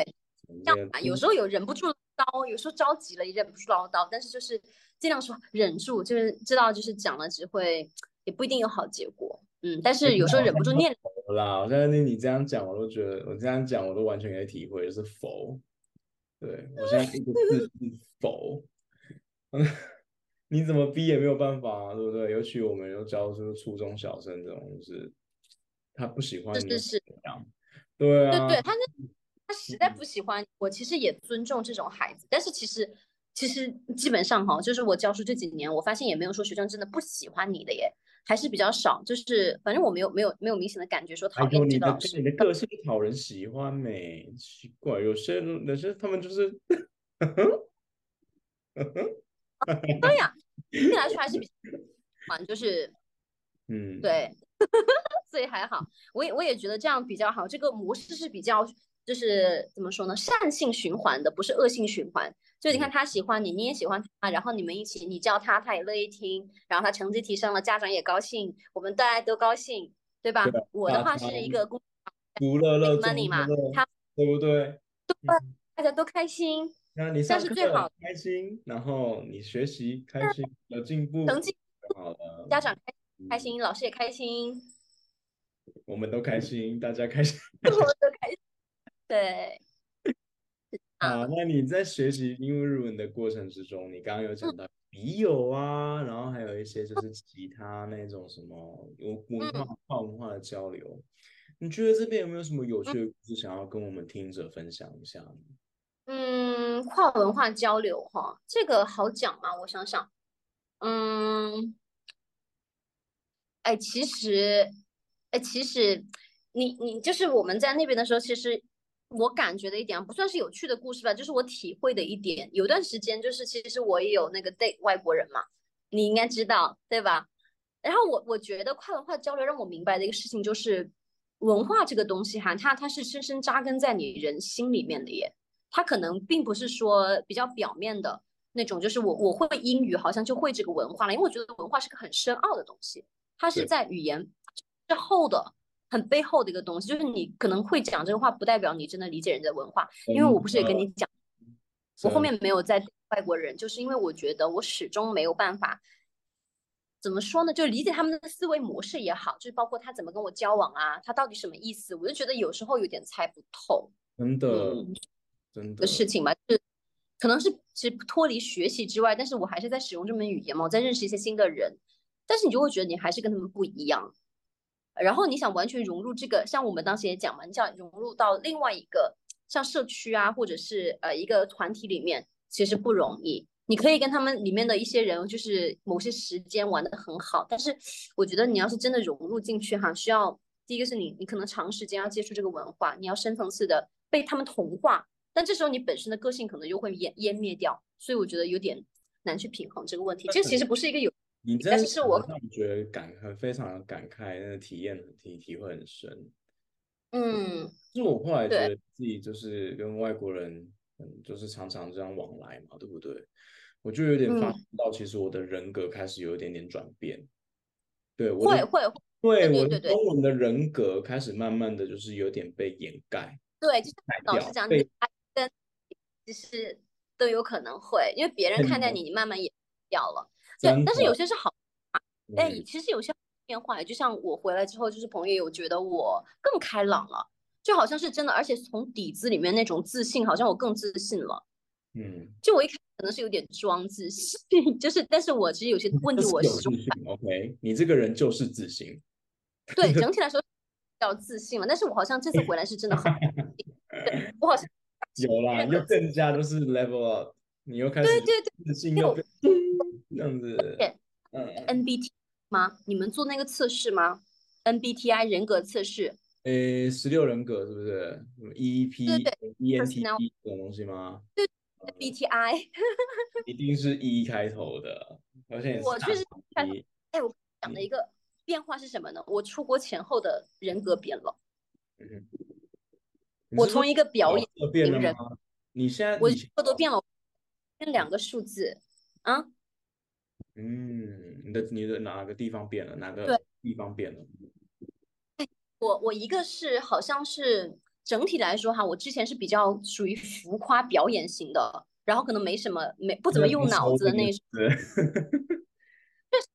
Speaker 1: 从
Speaker 2: 这
Speaker 1: 这
Speaker 2: 样吧，
Speaker 1: 些
Speaker 2: 啊有时候有忍不住叨，有时候着急了也忍不住唠叨，但是就是尽量说忍住，就是知道就是讲了只会也不一定有好结果。嗯，但是有时候忍不住念，
Speaker 1: 佛啦，我相信你这样讲，我都觉得我这样讲我都完全可以体会，就是佛。对，我现在一个 字是佛，嗯， 你怎么逼也没有办法啊，对不对？尤其我们又教就是初中小生这种，就是他不喜欢
Speaker 2: 是
Speaker 1: 你就是
Speaker 2: 是，
Speaker 1: 怎样，对
Speaker 2: 对
Speaker 1: 啊，
Speaker 2: 对，他那他实在不喜欢我，其实也尊重这种孩子，但是其实其实基本上哈，就是我教书这几年，我发现也没有说学生真的不喜欢你的耶，还是比较少，就是反正我没有没有没有明显的感觉说
Speaker 1: 还
Speaker 2: 讨
Speaker 1: 有
Speaker 2: 厌
Speaker 1: 你
Speaker 2: 这个
Speaker 1: 的
Speaker 2: 老师。
Speaker 1: 你的个性就讨人喜欢没？奇怪，有些人有些他们就是，
Speaker 2: 当然，对来说还是比较喜欢，就是
Speaker 1: 嗯，
Speaker 2: 对， 所以还好。我也我也觉得这样比较好，这个模式是比较就是怎么说呢，善性循环的，不是恶性循环。就你看
Speaker 1: 嗯
Speaker 2: 他喜欢你，你也喜欢他，然后你们一起，你教他，他也乐意听，然后他成绩提升了，家长也高兴，我们大家都高兴，对吧？
Speaker 1: 对啊
Speaker 2: 我的
Speaker 1: 大
Speaker 2: 话是一
Speaker 1: 家
Speaker 2: 个公
Speaker 1: 独乐乐
Speaker 2: make
Speaker 1: 众
Speaker 2: money 嘛
Speaker 1: 乐乐，
Speaker 2: 他
Speaker 1: 对不对？
Speaker 2: 大家都开心，
Speaker 1: 那你上
Speaker 2: 但是最
Speaker 1: 课
Speaker 2: 好
Speaker 1: 开心，然后你学习开心，有进步，
Speaker 2: 成绩
Speaker 1: 好了，
Speaker 2: 家长开开
Speaker 1: 嗯，
Speaker 2: 心，老嗯师也开心，
Speaker 1: 我们都开心，大家开心。
Speaker 2: 我们都开心，对。
Speaker 1: 啊，
Speaker 2: 嗯
Speaker 1: 那你在学习英文日文的过程之中，你刚刚有
Speaker 2: 嗯
Speaker 1: 讲到笔友啊，然后还有一些就是其他那种什么文
Speaker 2: 嗯
Speaker 1: 文化跨文化的交流，你觉得这边有没有什么有趣的故事想要跟我们听者分享一下呢？
Speaker 2: 嗯，跨文化交流哈，这个好讲吗？我想想，嗯，哎，其实，哎，其实你你就是我们在那边的时候，其实我感觉的一点啊不算是有趣的故事吧，就是我体会的一点。有段时间就是其实我也有那个 date 外国人嘛，你应该知道对吧？然后我我觉得跨文化交流让我明白的一个事情就是，文化这个东西哈，它它是深深扎根在你人心里面的耶。它可能并不是说比较表面的那种，就是我我会英语，好像就会这个文化了。因为我觉得文化是个很深奥的东西，它是
Speaker 1: 对
Speaker 2: 在语言之后的很背后的一个东西。就是你可能会讲这个话，不代表你真的理解人家的文化。因为我不是也跟
Speaker 1: 真
Speaker 2: 你讲，我后
Speaker 1: 真
Speaker 2: 面没有在外国人，就是因为我觉得我始终没有办法，怎么说呢？就理解他们的思维模式也好，就是包括他怎么跟我交往啊，他到底什么意思，我就觉得有时候有点猜不透。
Speaker 1: 真的
Speaker 2: 嗯，
Speaker 1: 真
Speaker 2: 的
Speaker 1: 的，
Speaker 2: 事情吧，就是可能是是脱离学习之外，但是我还是在使用这门语言嘛，我在认识一些新的人，但是你就会觉得你还是跟他们不一样。然后你想完全融入这个，像我们当时也讲嘛，你想融入到另外一个像社区啊，或者是呃一个团体里面，其实不容易。你可以跟他们里面的一些人，就是某些时间玩的很好，但是我觉得你要是真的融入进去哈，需要第一个是你你可能长时间要接触这个文化，你要深层次的被他们同化，但这时候你本身的个性可能又会湮湮灭掉，所以我觉得有点难去平衡这个问题。这其实不是一个有
Speaker 1: 你
Speaker 2: 但
Speaker 1: 真
Speaker 2: 是是我
Speaker 1: 让我觉得感很非常的感慨，那个体验很体体会很深。
Speaker 2: 嗯
Speaker 1: 就是我后来觉
Speaker 2: 对
Speaker 1: 得自己就是跟外国人，嗯，就是常常这样往来嘛，对不对？我就有点发
Speaker 2: 嗯
Speaker 1: 现到，其实我的人格开始有一点点转变。对，我
Speaker 2: 会
Speaker 1: 的，
Speaker 2: 会
Speaker 1: 对，
Speaker 2: 对
Speaker 1: 我
Speaker 2: 对
Speaker 1: 的
Speaker 2: 对
Speaker 1: 中文的人格开始慢慢的就是有点被掩盖，
Speaker 2: 对，就是
Speaker 1: 改
Speaker 2: 老
Speaker 1: 掉
Speaker 2: 师讲，
Speaker 1: 被
Speaker 2: 你爱跟其实都有可能会，因为别人
Speaker 1: 真
Speaker 2: 看待
Speaker 1: 的
Speaker 2: 你，你慢慢也掉了。对，
Speaker 1: 真
Speaker 2: 但是有
Speaker 1: 的
Speaker 2: 些是好，但
Speaker 1: 嗯
Speaker 2: 其实有些变化，就像我回来之后，就是朋友有觉得我更开朗了，就好像是真的，而且从底子里面那种自信，好像我更自信了。
Speaker 1: 嗯，
Speaker 2: 就我一开始可能是有点装自信， 就是，但是我其实有些问
Speaker 1: 嗯就
Speaker 2: 题
Speaker 1: 是
Speaker 2: 我
Speaker 1: 有
Speaker 2: 是
Speaker 1: 自信，OK，你这个人就是自信，
Speaker 2: 对，整体来说比较自信嘛，但是我好像这次回来是真的很，对我好像
Speaker 1: 有啦，你就更加就是 level up，你又开始
Speaker 2: 对对
Speaker 1: 自信
Speaker 2: 就
Speaker 1: 又变这样子
Speaker 2: 对，
Speaker 1: 嗯，
Speaker 2: NBT 吗？你们做那个测试吗？MBTI 人格测试
Speaker 1: 诶，十六人格是不是？什么 E EEP
Speaker 2: 对、
Speaker 1: ENTP 这种东西吗？
Speaker 2: ，MBTI，
Speaker 1: 一定是 E 开头的，而且也是
Speaker 2: 我
Speaker 1: 大
Speaker 2: 确实
Speaker 1: 统
Speaker 2: 开头
Speaker 1: 一
Speaker 2: 哎，我讲的一个变化是什么呢？我出国前后的人格变了，
Speaker 1: 嗯你
Speaker 2: 我
Speaker 1: 是说
Speaker 2: 从一个表演
Speaker 1: 角色变
Speaker 2: 型
Speaker 1: 了
Speaker 2: 人
Speaker 1: 吗？你现在
Speaker 2: 我
Speaker 1: 以
Speaker 2: 人
Speaker 1: 前
Speaker 2: 格都变了，变两个数字啊，
Speaker 1: 嗯，你的你的哪个地方变了？哪
Speaker 2: 对
Speaker 1: 个地方变了？
Speaker 2: 我我一个是好像是整体来说哈，我之前是比较属于浮夸表演型的，然后可能没什么没不怎么
Speaker 1: 那
Speaker 2: 用
Speaker 1: 不
Speaker 2: 脑
Speaker 1: 熟
Speaker 2: 子的
Speaker 1: 这
Speaker 2: 那
Speaker 1: 个
Speaker 2: 一
Speaker 1: 词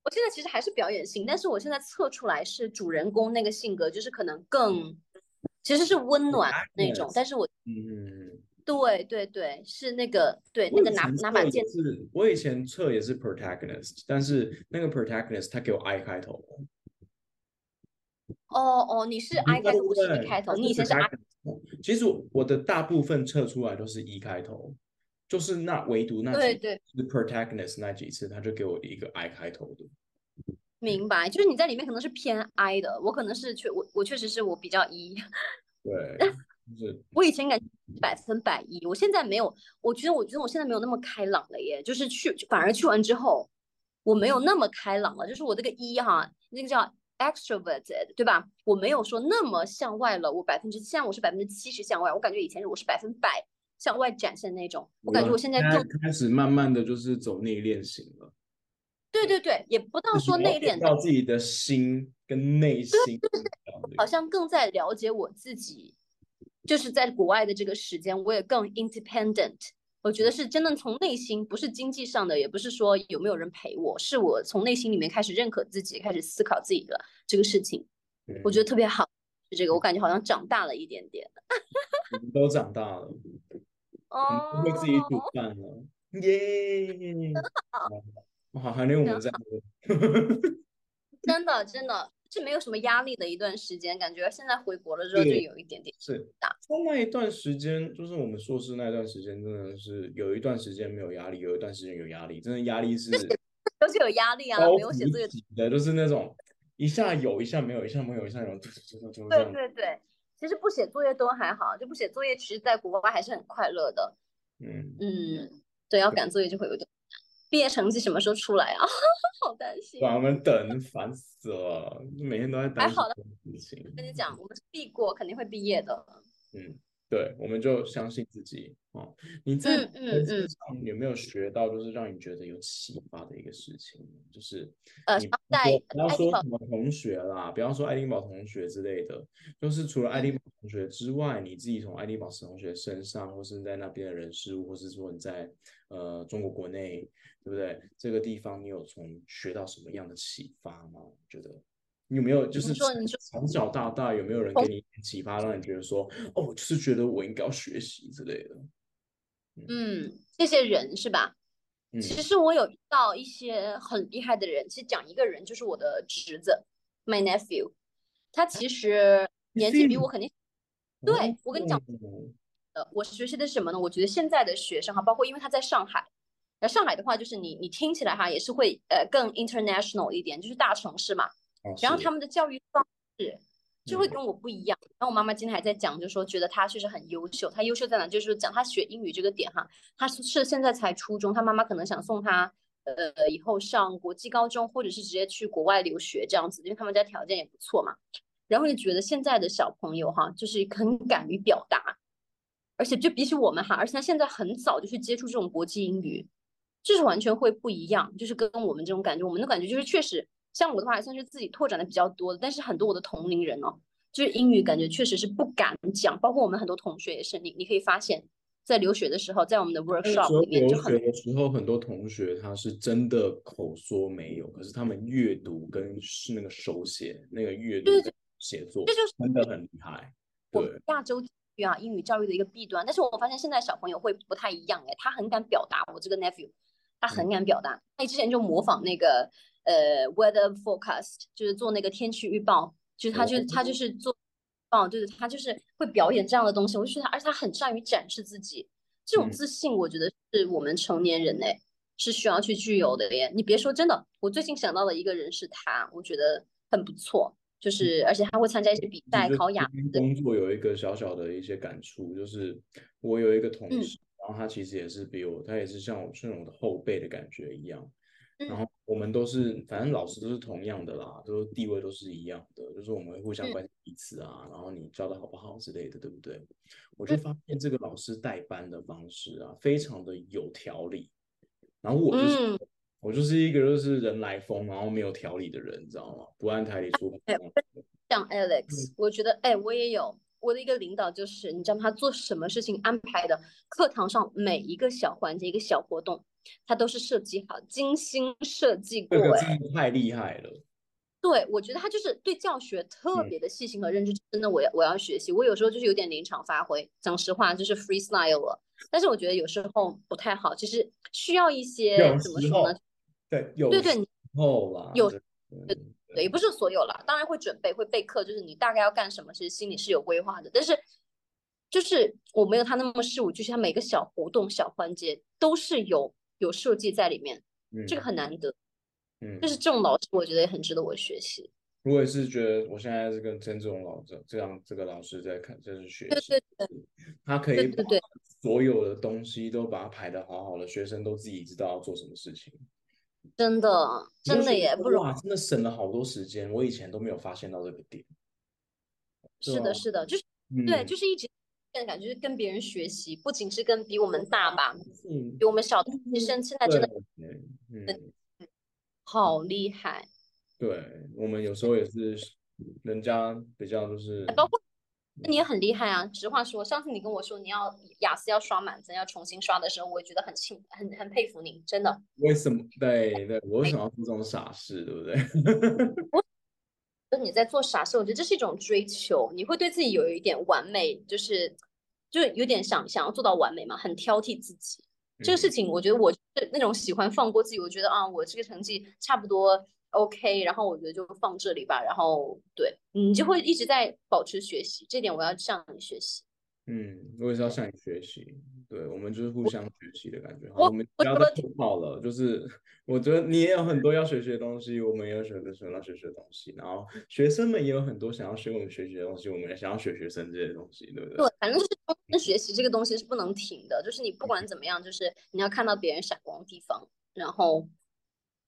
Speaker 2: 我现在其实还是表演型，但是我现在测出来是主人公那个性格，就是可能更，其实是温暖那种，但是我
Speaker 1: 嗯，
Speaker 2: 对对对，是那个对
Speaker 1: 我
Speaker 2: 那
Speaker 1: 以
Speaker 2: 个拿
Speaker 1: 前
Speaker 2: 拿
Speaker 1: 测
Speaker 2: 把
Speaker 1: 也
Speaker 2: 剑，
Speaker 1: 是，我以前测也是 protagonist，但是那个 protagonist 他给我 I 开头，
Speaker 2: 哦哦，你是
Speaker 1: 你
Speaker 2: I
Speaker 1: 知道
Speaker 2: 开
Speaker 1: 对
Speaker 2: 头，
Speaker 1: 不
Speaker 2: 我是 E
Speaker 1: 对？
Speaker 2: 开头，
Speaker 1: 它
Speaker 2: 你以前是 I，
Speaker 1: protagonist 其实我我的大部分测出来都是 E 开头，就是那唯独那
Speaker 2: 对
Speaker 1: 几
Speaker 2: 对，
Speaker 1: 次 protagonist 那几次，他就给我一个 I 开头的。
Speaker 2: 明白，就是你在里面可能是偏 I 的，我可能是确我我确实是我比较 E，
Speaker 1: 对，就是
Speaker 2: 我以前感觉百分百 E，我现在没有，我觉得我觉得我现在没有那么开朗了耶，就是去反而去完之后，我没有那么开朗了，就是我这个 E 哈，那个叫 extroverted 对吧？我没有说那么向外了，我百分之现在我是百分之七十向外，我感觉以前我是百分百向外展现那种，我感觉我现在
Speaker 1: 他
Speaker 2: 更
Speaker 1: 开始慢慢的就是走内敛型了，
Speaker 2: 对对对，也不到
Speaker 1: 自己
Speaker 2: 哦说
Speaker 1: 了
Speaker 2: 内
Speaker 1: 解
Speaker 2: 敛，
Speaker 1: 到自己的心跟内心这样的
Speaker 2: 好像更在了解我自己，就是在国外的这个时间，我也更 independent。
Speaker 1: 嗯
Speaker 2: 我觉得是真的从内心，不是经济上的，也不是说有没有人陪我，是我从内心里面开始认可自己，开始思考自己的这个事情，我
Speaker 1: 嗯
Speaker 2: 觉得特别好。就这个，我感觉好像长大了一点点。
Speaker 1: 我们都长大了，我
Speaker 2: 哦
Speaker 1: 们不会嗯自己煮饭了，耶！我好怀念我们这样的
Speaker 2: 真的真的是没有什么压力的一段时间，感觉现在回国了之后就
Speaker 1: 对
Speaker 2: 有一点点。
Speaker 1: 是
Speaker 2: 大，
Speaker 1: 在那一段时间，就是我们硕士那段时间，真的是有一段时间没有压力，有一段时间有压力，真的压力是
Speaker 2: 都是有压力啊，
Speaker 1: 高
Speaker 2: 没有写
Speaker 1: 频
Speaker 2: 作业。
Speaker 1: 级的，就是那种一下有，一下没有，一下没有，一下有，就就就就这
Speaker 2: 对
Speaker 1: 样。
Speaker 2: 对对，其实不写作业都还好，就不写作业，其实在国外还是很快乐的。
Speaker 1: 嗯，
Speaker 2: 嗯，对，要赶作业就会有点。毕业成绩什么时候出来啊？ 好担心。
Speaker 1: 把我们等烦死了，每天都在担心
Speaker 2: 好了
Speaker 1: 这种事情。
Speaker 2: 跟你讲，我们是必过，肯定会毕业的。
Speaker 1: 嗯，对，我们就相信自己哦。你在
Speaker 2: 嗯嗯
Speaker 1: 人生
Speaker 2: 嗯
Speaker 1: 上有没有学到，就是让你觉得有启发的一个事情呢？就是
Speaker 2: 呃
Speaker 1: 你
Speaker 2: 上
Speaker 1: 不要说不要
Speaker 2: 在爱丁
Speaker 1: 说
Speaker 2: 堡
Speaker 1: 什么同学啦，比方说爱丁堡同学之类的，就是除了爱
Speaker 2: 嗯
Speaker 1: 丁堡同学之外，你自己从爱丁堡同学身上，或是在那边的人事物，或是说你在呃中国国内，对不对？这个地方你有从学到什么样的启发吗？我觉得你有没有就
Speaker 2: 你
Speaker 1: 是
Speaker 2: 说你说
Speaker 1: 从小到大有没有人给
Speaker 2: 从
Speaker 1: 你一点启发，让你觉得说哦，就是觉得我应该要学习之类的？
Speaker 2: 嗯，这些人是吧？
Speaker 1: 嗯
Speaker 2: 其实我有遇到一些很厉害的人，其实讲一个人就是我的侄子，my nephew，他 其实年纪比我肯定对我跟你讲
Speaker 1: 哦
Speaker 2: 呃，我学习的是什么呢？我觉得现在的学生哈，包括因为他在上海，那上海的话，就是你你听起来哈也是会呃更 international 一点，就是大城市嘛。
Speaker 1: 哦
Speaker 2: 然后
Speaker 1: 是
Speaker 2: 他们的教育方式就会
Speaker 1: 嗯
Speaker 2: 跟我不一样。然后我妈妈今天还在讲，就说觉得她确实很优秀。她优秀在哪？就是讲她学英语这个点哈，她是是现在才初中，她妈妈可能想送她呃以后上国际高中，或者是直接去国外留学这样子，因为他们家条件也不错嘛。然后就觉得现在的小朋友哈，就是很敢于表达，而且就比起我们哈，而且他现在很早就去接触这种国际英语，就是完全会不一样，就是跟我们这种感觉，我们的感觉就是确实，像我的话还算是自己拓展的比较多的，但是很多我的同龄人哦，就是英语感觉确实是不敢讲，包括我们很多同学也是，你你可以发现，在留学的时候，在我们的
Speaker 1: 那时
Speaker 2: workshop
Speaker 1: 候
Speaker 2: 里面就
Speaker 1: 留学
Speaker 2: 很
Speaker 1: 的时候，很多同学他是真的口说没有，可是他们阅读跟是那个手写、那个阅读
Speaker 2: 对
Speaker 1: 跟写作，
Speaker 2: 这就是
Speaker 1: 真的很厉害。
Speaker 2: 我
Speaker 1: 对
Speaker 2: 们，亚洲地区啊英语教育的一个弊端。但是我发现现在小朋友会不太一样哎，他很敢表达。我这个 nephew，他
Speaker 1: 嗯
Speaker 2: 很敢表达。他之前就模仿那个呃 weather forecast，就是做那个天气预报，就是他就他就是做，哦，对对，他就是会表演这样的东西。我就觉得他，而且他很善于展示自己，这种
Speaker 1: 嗯
Speaker 2: 自信，我觉得是我们成年人哎。是需要去具有的耶！你别说，真的，我最近想到的一个人是他，我觉得很不错，
Speaker 1: 嗯
Speaker 2: 就是而且他会参加一些比赛，
Speaker 1: 对
Speaker 2: 考雅
Speaker 1: 今天
Speaker 2: 思
Speaker 1: 工作有一个小小的一些感触，就是我有一个同
Speaker 2: 嗯
Speaker 1: 事，然后他其实也是比我，他也是像我是我的后辈的感觉一样。然
Speaker 2: 嗯
Speaker 1: 后我们都是，反正老师都是同样的啦，都是地位都是一样的，就是我们会互相
Speaker 2: 嗯
Speaker 1: 关心彼此啊，然后你教的好不好之类的，对不对？我就
Speaker 2: 嗯
Speaker 1: 发现这个老师带班的方式啊，非常的有条理。然后我就是、
Speaker 2: 嗯
Speaker 1: 我就是一个就是人来疯，然后没有条理的人，你知道吗？不按牌理出牌
Speaker 2: 哎
Speaker 1: 那种。
Speaker 2: 像 Alex，我
Speaker 1: 嗯
Speaker 2: 觉得，哎，我也有我的一个领导，就是你知道吗？他做什么事情安排的，课堂上每一个小环节、一个小活动，他都是设计好、精心设计过
Speaker 1: 这。个
Speaker 2: 哎，
Speaker 1: 真的太厉害了。
Speaker 2: 对，我觉得他就是对教学特
Speaker 1: 嗯
Speaker 2: 别的细心和认知，真的我要我要学习。我有时候就是有点临场发挥，讲实话就是 freestyle 了，但是我觉得有时候不太好，其实需要一些
Speaker 1: 有
Speaker 2: 怎么
Speaker 1: 时
Speaker 2: 说呢？
Speaker 1: 候，对，有
Speaker 2: 对对，
Speaker 1: 时
Speaker 2: 你
Speaker 1: 候啦，
Speaker 2: 有
Speaker 1: 对，
Speaker 2: 对
Speaker 1: 嗯
Speaker 2: 对，也不是所有啦，当然会准备会备课，就是你大概要干什么，其实心里是有规划的。但是就是我没有他那么事无巨细，他每个小活动、小环节都是有有设计在里面，这个很难得。
Speaker 1: 嗯，
Speaker 2: 就是
Speaker 1: 嗯
Speaker 2: 这种老师，我觉得也很值得我学习。
Speaker 1: 我也是觉得我现在是跟曾志荣老师这样这个老师在看，就是学
Speaker 2: 对
Speaker 1: 习，
Speaker 2: 对对
Speaker 1: 他可
Speaker 2: 对
Speaker 1: 以把
Speaker 2: 对对，
Speaker 1: 所有的东西都把它排得好好的，学生都自己知道要做什么事情。
Speaker 2: 真的
Speaker 1: 你就
Speaker 2: 真
Speaker 1: 觉
Speaker 2: 的
Speaker 1: 得
Speaker 2: 也不容
Speaker 1: 哇，真的省了好多时间，我以前都没有发现到这个点。
Speaker 2: 是的，是的，就是对，
Speaker 1: 嗯，
Speaker 2: 就是一直感觉就是跟别人学习，不仅是跟比我们大吧，
Speaker 1: 嗯，
Speaker 2: 比我们小的学生现在真的
Speaker 1: 对，嗯。
Speaker 2: 好厉害，
Speaker 1: 对，我们有时候也是，人家比较就是，
Speaker 2: 包括。那你也很厉害啊！实话说，上次你跟我说你要雅思要刷满分，要重新刷的时候，我也觉得很钦很很佩服你，真的。
Speaker 1: 为什么？对对，我为什么要做这种傻事，对不 对？
Speaker 2: 就你在做傻事，我觉得这是一种追求，你会对自己有一点完美，就是就是有点想想要做到完美嘛，很挑剔自己。这
Speaker 1: 嗯
Speaker 2: 个事情，我觉得我是那种喜欢放过自己，我觉得啊，我这个成绩差不多 OK，然后我觉得就放这里吧，然后对你就会一直在保持学习，这点我要向你学习。
Speaker 1: 嗯，嗯，我也是要向你学习。对，我们就是互相学习的感觉。好，
Speaker 2: 我
Speaker 1: 我们
Speaker 2: 我
Speaker 1: 不要
Speaker 2: 觉
Speaker 1: 再
Speaker 2: 得
Speaker 1: 吐槽了。就是我觉得你也有很多要学习的东西，我们也有学的想要学习的东西，然后学生们也有很多想要学我们学习的东西，我们也想要学学生这些东西，对不对
Speaker 2: 对？，反正就是终身学习这个东西是不能停的，就是你不管怎么样，就是你要看到别人闪光的地方，然后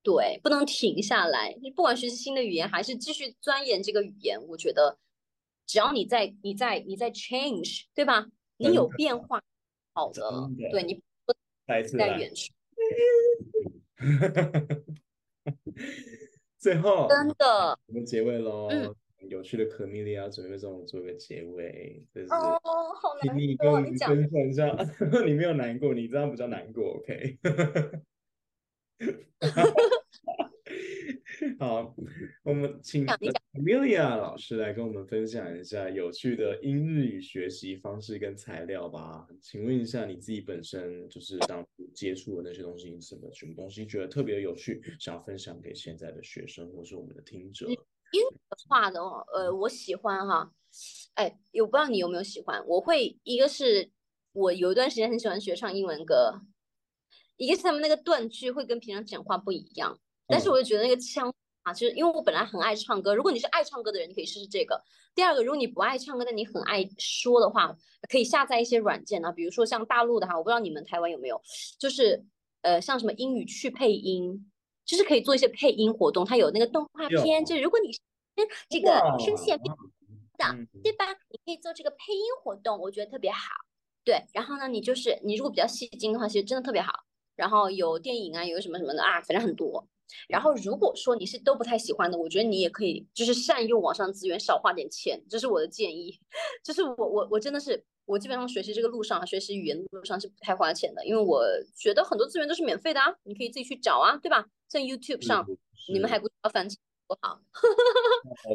Speaker 2: 对，不能停下来。你不管学习新的语言，还是继续钻研这个语言，我觉得只要你在你在你在 change，对吧？你
Speaker 1: 真
Speaker 2: 有
Speaker 1: 的
Speaker 2: 变化，好
Speaker 1: 真
Speaker 2: 的，
Speaker 1: 的
Speaker 2: 对你
Speaker 1: 再一次
Speaker 2: 在
Speaker 1: 来。
Speaker 2: 原处，
Speaker 1: 最后，
Speaker 2: 真的
Speaker 1: 我们结尾喽。
Speaker 2: 嗯
Speaker 1: 有趣的可米莉亚准备帮我们做个结尾，就是
Speaker 2: 哦，好
Speaker 1: 请
Speaker 2: 难
Speaker 1: 你跟我
Speaker 2: 过，你
Speaker 1: 们
Speaker 2: 讲
Speaker 1: 分享一下， 你没有难过，你这样比较难过，OK？好，我们请呃
Speaker 2: 讲一讲
Speaker 1: Amelia 老师来跟我们分享一下有趣的英日语学习方式跟材料吧。请问一下，你自己本身就是当初接触的那些东西，你什么什么东西觉得特别有趣，想要分享给现在的学生或是我们的听
Speaker 2: 嗯
Speaker 1: 者？
Speaker 2: 话的哦，呃，我喜欢哈，哎，我不知道你有没有喜欢，我会一个是我有一段时间很喜欢学唱英文歌，一个是他们那个断句会跟平常讲话不一样，但是
Speaker 1: 嗯
Speaker 2: 我就觉得那个腔啊，就是因为我本来很爱唱歌，如果你是爱唱歌的人，你可以试试这个。第二个，如果你不爱唱歌，但你很爱说的话，可以下载一些软件啊，比如说像大陆的哈，我不知道你们台湾有没有，就是呃，像什么英语去配音，就是可以做一些配音活动，它有那个动画
Speaker 1: 有
Speaker 2: 片，就是如果你是哎这个
Speaker 1: 哇
Speaker 2: 声线非常的
Speaker 1: 嗯
Speaker 2: 对吧？你可以做这个配音活动，我觉得特别好。对，然后呢，你就是你如果比较戏精的话，其实真的特别好。然后有电影啊，有什么什么的啊，反正很多。然后如果说你是都不太喜欢的，我觉得你也可以就是善用网上资源，少花点钱，这是我的建议。 就是我我我真的是我基本上学习这个路上，啊学习语言的路上是不太花钱的，因为我觉得很多资源都是免费的啊，你可以自己去找啊，对吧？像 YouTube
Speaker 1: 嗯
Speaker 2: 上，你们还不知道翻多好。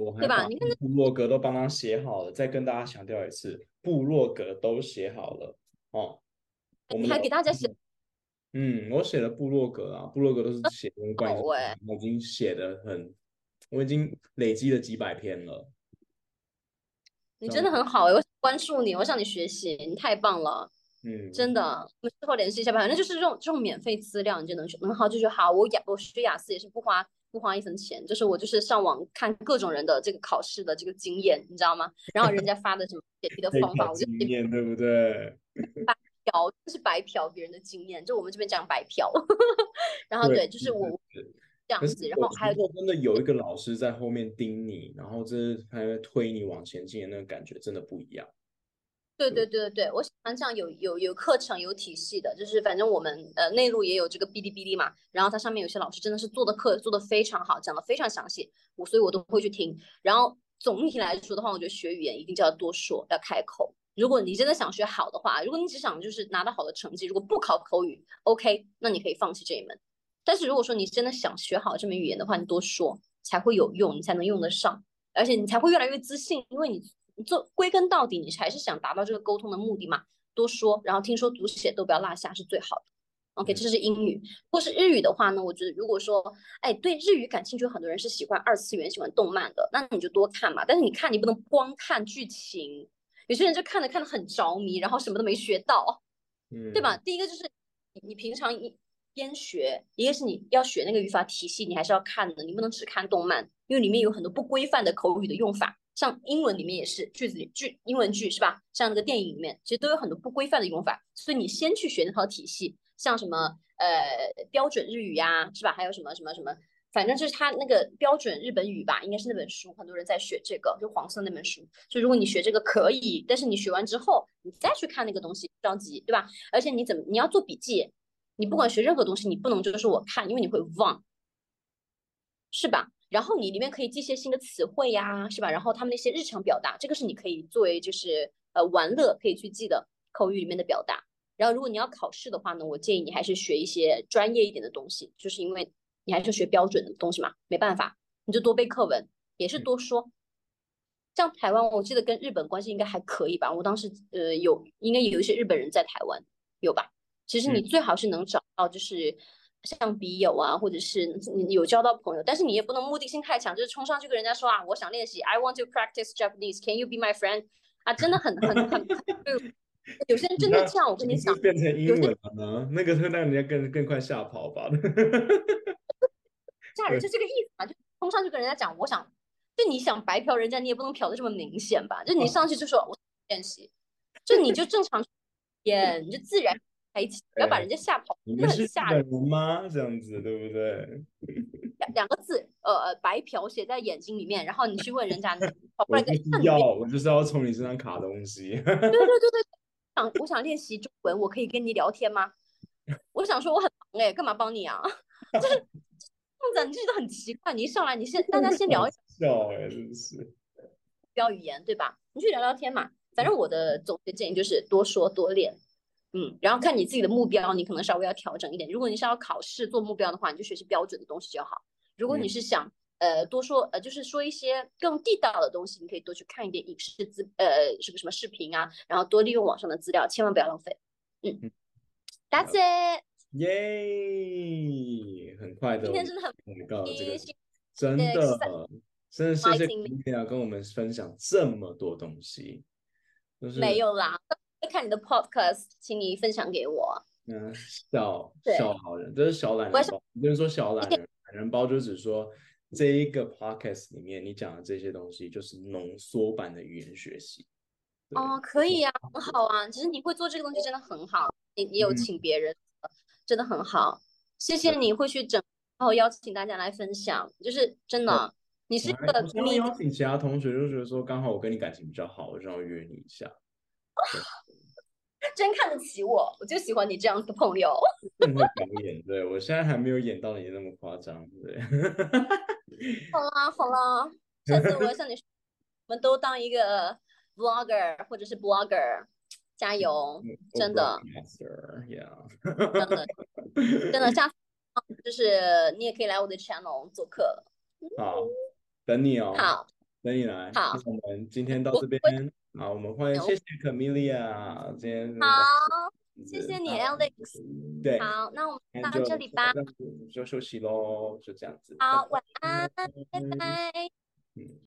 Speaker 1: 我还
Speaker 2: 对吧
Speaker 1: 把
Speaker 2: 你
Speaker 1: 部落格都帮他写好了，再跟大家强调一次，部落格都写好了哦。我
Speaker 2: 你
Speaker 1: 们
Speaker 2: 还
Speaker 1: 的
Speaker 2: 给大家写
Speaker 1: 嗯，我写了部落格啊，部落格都是
Speaker 2: 哦
Speaker 1: 写跟关于
Speaker 2: 好
Speaker 1: 什么
Speaker 2: 欸
Speaker 1: 我已经写的很，我已经累积了几百篇了。
Speaker 2: 你
Speaker 1: 这
Speaker 2: 真的
Speaker 1: 样
Speaker 2: 很好欸，我想关注你，我向你学习，你太棒了，
Speaker 1: 嗯，
Speaker 2: 真的。我们之后联系一下吧，反正就是这种这种免费资料，你就能学能好就学好。我雅我学雅思也是不花不花一分钱，就是我就是上网看各种人的这个考试的这个经验，你知道吗？然后人家发 的什么解题的
Speaker 1: 备
Speaker 2: 方
Speaker 1: 考
Speaker 2: 法，我就直
Speaker 1: 经
Speaker 2: 接
Speaker 1: 验对不对？
Speaker 2: 嫖，就是白嫖别人的经验，就我们这边讲白嫖。 然后
Speaker 1: 对
Speaker 2: 对，就是我这样
Speaker 1: 可是
Speaker 2: 子，然
Speaker 1: 有
Speaker 2: 后还有
Speaker 1: 时候真的有一个老师在后面盯你，然后这还会推你往前进的那个感觉真的不一样。
Speaker 2: 对对对对对，我喜欢这样有有有课程有体系的，就是反正我们呃内陆也有这个哔哩哔哩嘛，然后它上面有些老师真的是做的课做的非常好，讲的非常详细，我所以我都会去听。然后总体来说的话，我觉得学语言一定就要多说，要开口。如果你真的想学好的话，如果你只想就是拿到好的成绩，如果不考口语，OK，那你可以放弃这一门。但是如果说你真的想学好这门语言的话，你多说才会有用，你才能用得上。而且你才会越来越自信，因为你你做归根到底，你还是想达到这个沟通的目的嘛。多说，然后听说读写都不要落下是最好的。OK，
Speaker 1: 嗯
Speaker 2: 这是英语。如果是日语的话呢，我觉得如果说，哎，对日语感兴趣，很多人是喜欢二次元、喜欢动漫的，那你就多看嘛。但是你看，你不能光看剧情，有些人就看着看得很着迷，然后什么都没学到。
Speaker 1: 嗯，
Speaker 2: 对吧？？第一个就是你你平常一边学，一个是你要学那个语法体系，你还是要看的，你不能只看动漫，因为里面有很多不规范的口语的用法，像英文里面也是句子里句英文句是吧？像那个电影里面其实都有很多不规范的用法，所以你先去学那套体系，像什么呃标准日语呀、是吧？还有什么什么什么。反正就是他那个标准日本语吧，应该是那本书，很多人在学这个，就黄色那本书。就如果你学这个可以，但是你学完之后，你再去看那个东西，不着急，对吧？而且你怎么你要做笔记，你不管学任何东西，你不能就是我看，因为你会忘，是吧？然后你里面可以记一些新的词汇呀，是吧？然后他们那些日常表达，这个是你可以作为就是呃玩乐可以去记的口语里面的表达。然后如果你要考试的话呢，我建议你还是学一些专业一点的东西，就是因为你还是学标准的东西嘛，没办法，你就多背课文，也是
Speaker 1: 嗯
Speaker 2: 多说。像台湾，我记得跟日本关系应该还可以吧？我当时呃有应该有一些日本人在台湾，有吧？其实你
Speaker 1: 嗯
Speaker 2: 最好是能找到就是像笔友啊，或者是你有交到朋友，但是你也不能目的性太强，就是冲上去跟人家说啊，我想练习，I want to practice Japanese，can you be my friend？啊，真的很很很 很，对有些人真的
Speaker 1: 那
Speaker 2: 这样，我跟你
Speaker 1: 是
Speaker 2: 讲
Speaker 1: 不是，变成英
Speaker 2: 有些
Speaker 1: 文了呢？那个会让人家更更快吓跑吧？
Speaker 2: 吓人，就这个意思嘛，就冲上去跟人家讲，我想，就你想白嫖人家，你也不能嫖的这么明显吧？
Speaker 1: 哦
Speaker 2: 就你上去就说我练习，就你就正 常演，你就自然在一起，不要把人家吓跑，
Speaker 1: 你
Speaker 2: 真
Speaker 1: 们
Speaker 2: 的
Speaker 1: 是
Speaker 2: 很
Speaker 1: 日
Speaker 2: 吓人。
Speaker 1: 本人吗？这样子对不对？
Speaker 2: 两两个字，呃呃，白嫖写在眼睛里面，然后你去问人家，你跑过
Speaker 1: 我
Speaker 2: 来跟
Speaker 1: 就
Speaker 2: 你
Speaker 1: 是
Speaker 2: 看你
Speaker 1: 要，
Speaker 2: 练，
Speaker 1: 我就是要从你身上卡东西。
Speaker 2: 对对对对，想我想练习中文，我可以跟你聊天吗？我想说我很忙哎、干嘛帮你啊？ 就是这样子啊，你就觉得很奇怪。你一上来，你先大家先聊一
Speaker 1: 笑哎、真是。
Speaker 2: 标语言，对吧？你去聊聊天嘛。反
Speaker 1: 嗯
Speaker 2: 正我的总结建议就是多说多练，嗯，然后看你自己的目标，你可能稍微要调整一点。如果你是要考试做目标的话，你就学习标准的东西就好。如果你
Speaker 1: 嗯
Speaker 2: 是想呃多说呃就是说一些更地道的东西，你可以多去看一点影视资呃什么什么视频啊，然后多利用网上的资料，千万不要浪费。嗯
Speaker 1: 嗯
Speaker 2: ，That's it，
Speaker 1: 耶！很快的，
Speaker 2: 今天真的很
Speaker 1: 我们到了这
Speaker 2: 开
Speaker 1: 个，真
Speaker 2: 心，谢谢
Speaker 1: 的，真的谢谢
Speaker 2: Exciting
Speaker 1: 你俩跟我们分享这么多东西，就是
Speaker 2: 没有啦，会看你的 podcast，请你分享给我。
Speaker 1: 嗯，小
Speaker 2: 对
Speaker 1: 小好人，这是小懒
Speaker 2: 我
Speaker 1: 人
Speaker 2: 想
Speaker 1: 包。你就是说小懒人，懒人包就只说这一个 podcast 里面你讲的这些东西，就是浓缩版的语言学习。对
Speaker 2: 哦，可以呀、很好啊。其实你会做这个东西真的很好，你你有
Speaker 1: 嗯
Speaker 2: 请别人，真的很好。谢谢
Speaker 1: 对
Speaker 2: 你会去整，然后邀请大家来分享，就是真的，你是一
Speaker 1: 我还
Speaker 2: 个
Speaker 1: 我想要
Speaker 2: me
Speaker 1: 邀请其他同学，就觉得说刚好我跟你感情比较好，我就想要约你一下。
Speaker 2: 真看得起我，我就喜欢你这样子的 朋友。
Speaker 1: 很会表演，对我现在还没有演到你那么夸张，对，
Speaker 2: 好啦好啦，下次我要向你说，我们都当一个 vlogger 或者是 blogger，加油，真的
Speaker 1: ，master，yeah，
Speaker 2: 真的真的，下次就是你也可以来我的 channel 做客。
Speaker 1: 好，等你哦，
Speaker 2: 好，
Speaker 1: 等你来，
Speaker 2: 好
Speaker 1: 那我们今天到
Speaker 2: 我
Speaker 1: 这边，好，我们欢迎，
Speaker 2: 我
Speaker 1: 谢谢 Camelia，今天
Speaker 2: 好，
Speaker 1: 这样
Speaker 2: 谢
Speaker 1: 子
Speaker 2: 谢你
Speaker 1: 好
Speaker 2: Alex
Speaker 1: 对，
Speaker 2: 好，那我
Speaker 1: 那
Speaker 2: 们到
Speaker 1: 就
Speaker 2: 这里吧。
Speaker 1: 那就就休息喽，就这样子，
Speaker 2: 好，晚安，
Speaker 1: 拜
Speaker 2: 拜
Speaker 1: 拜
Speaker 2: 拜。
Speaker 1: 嗯。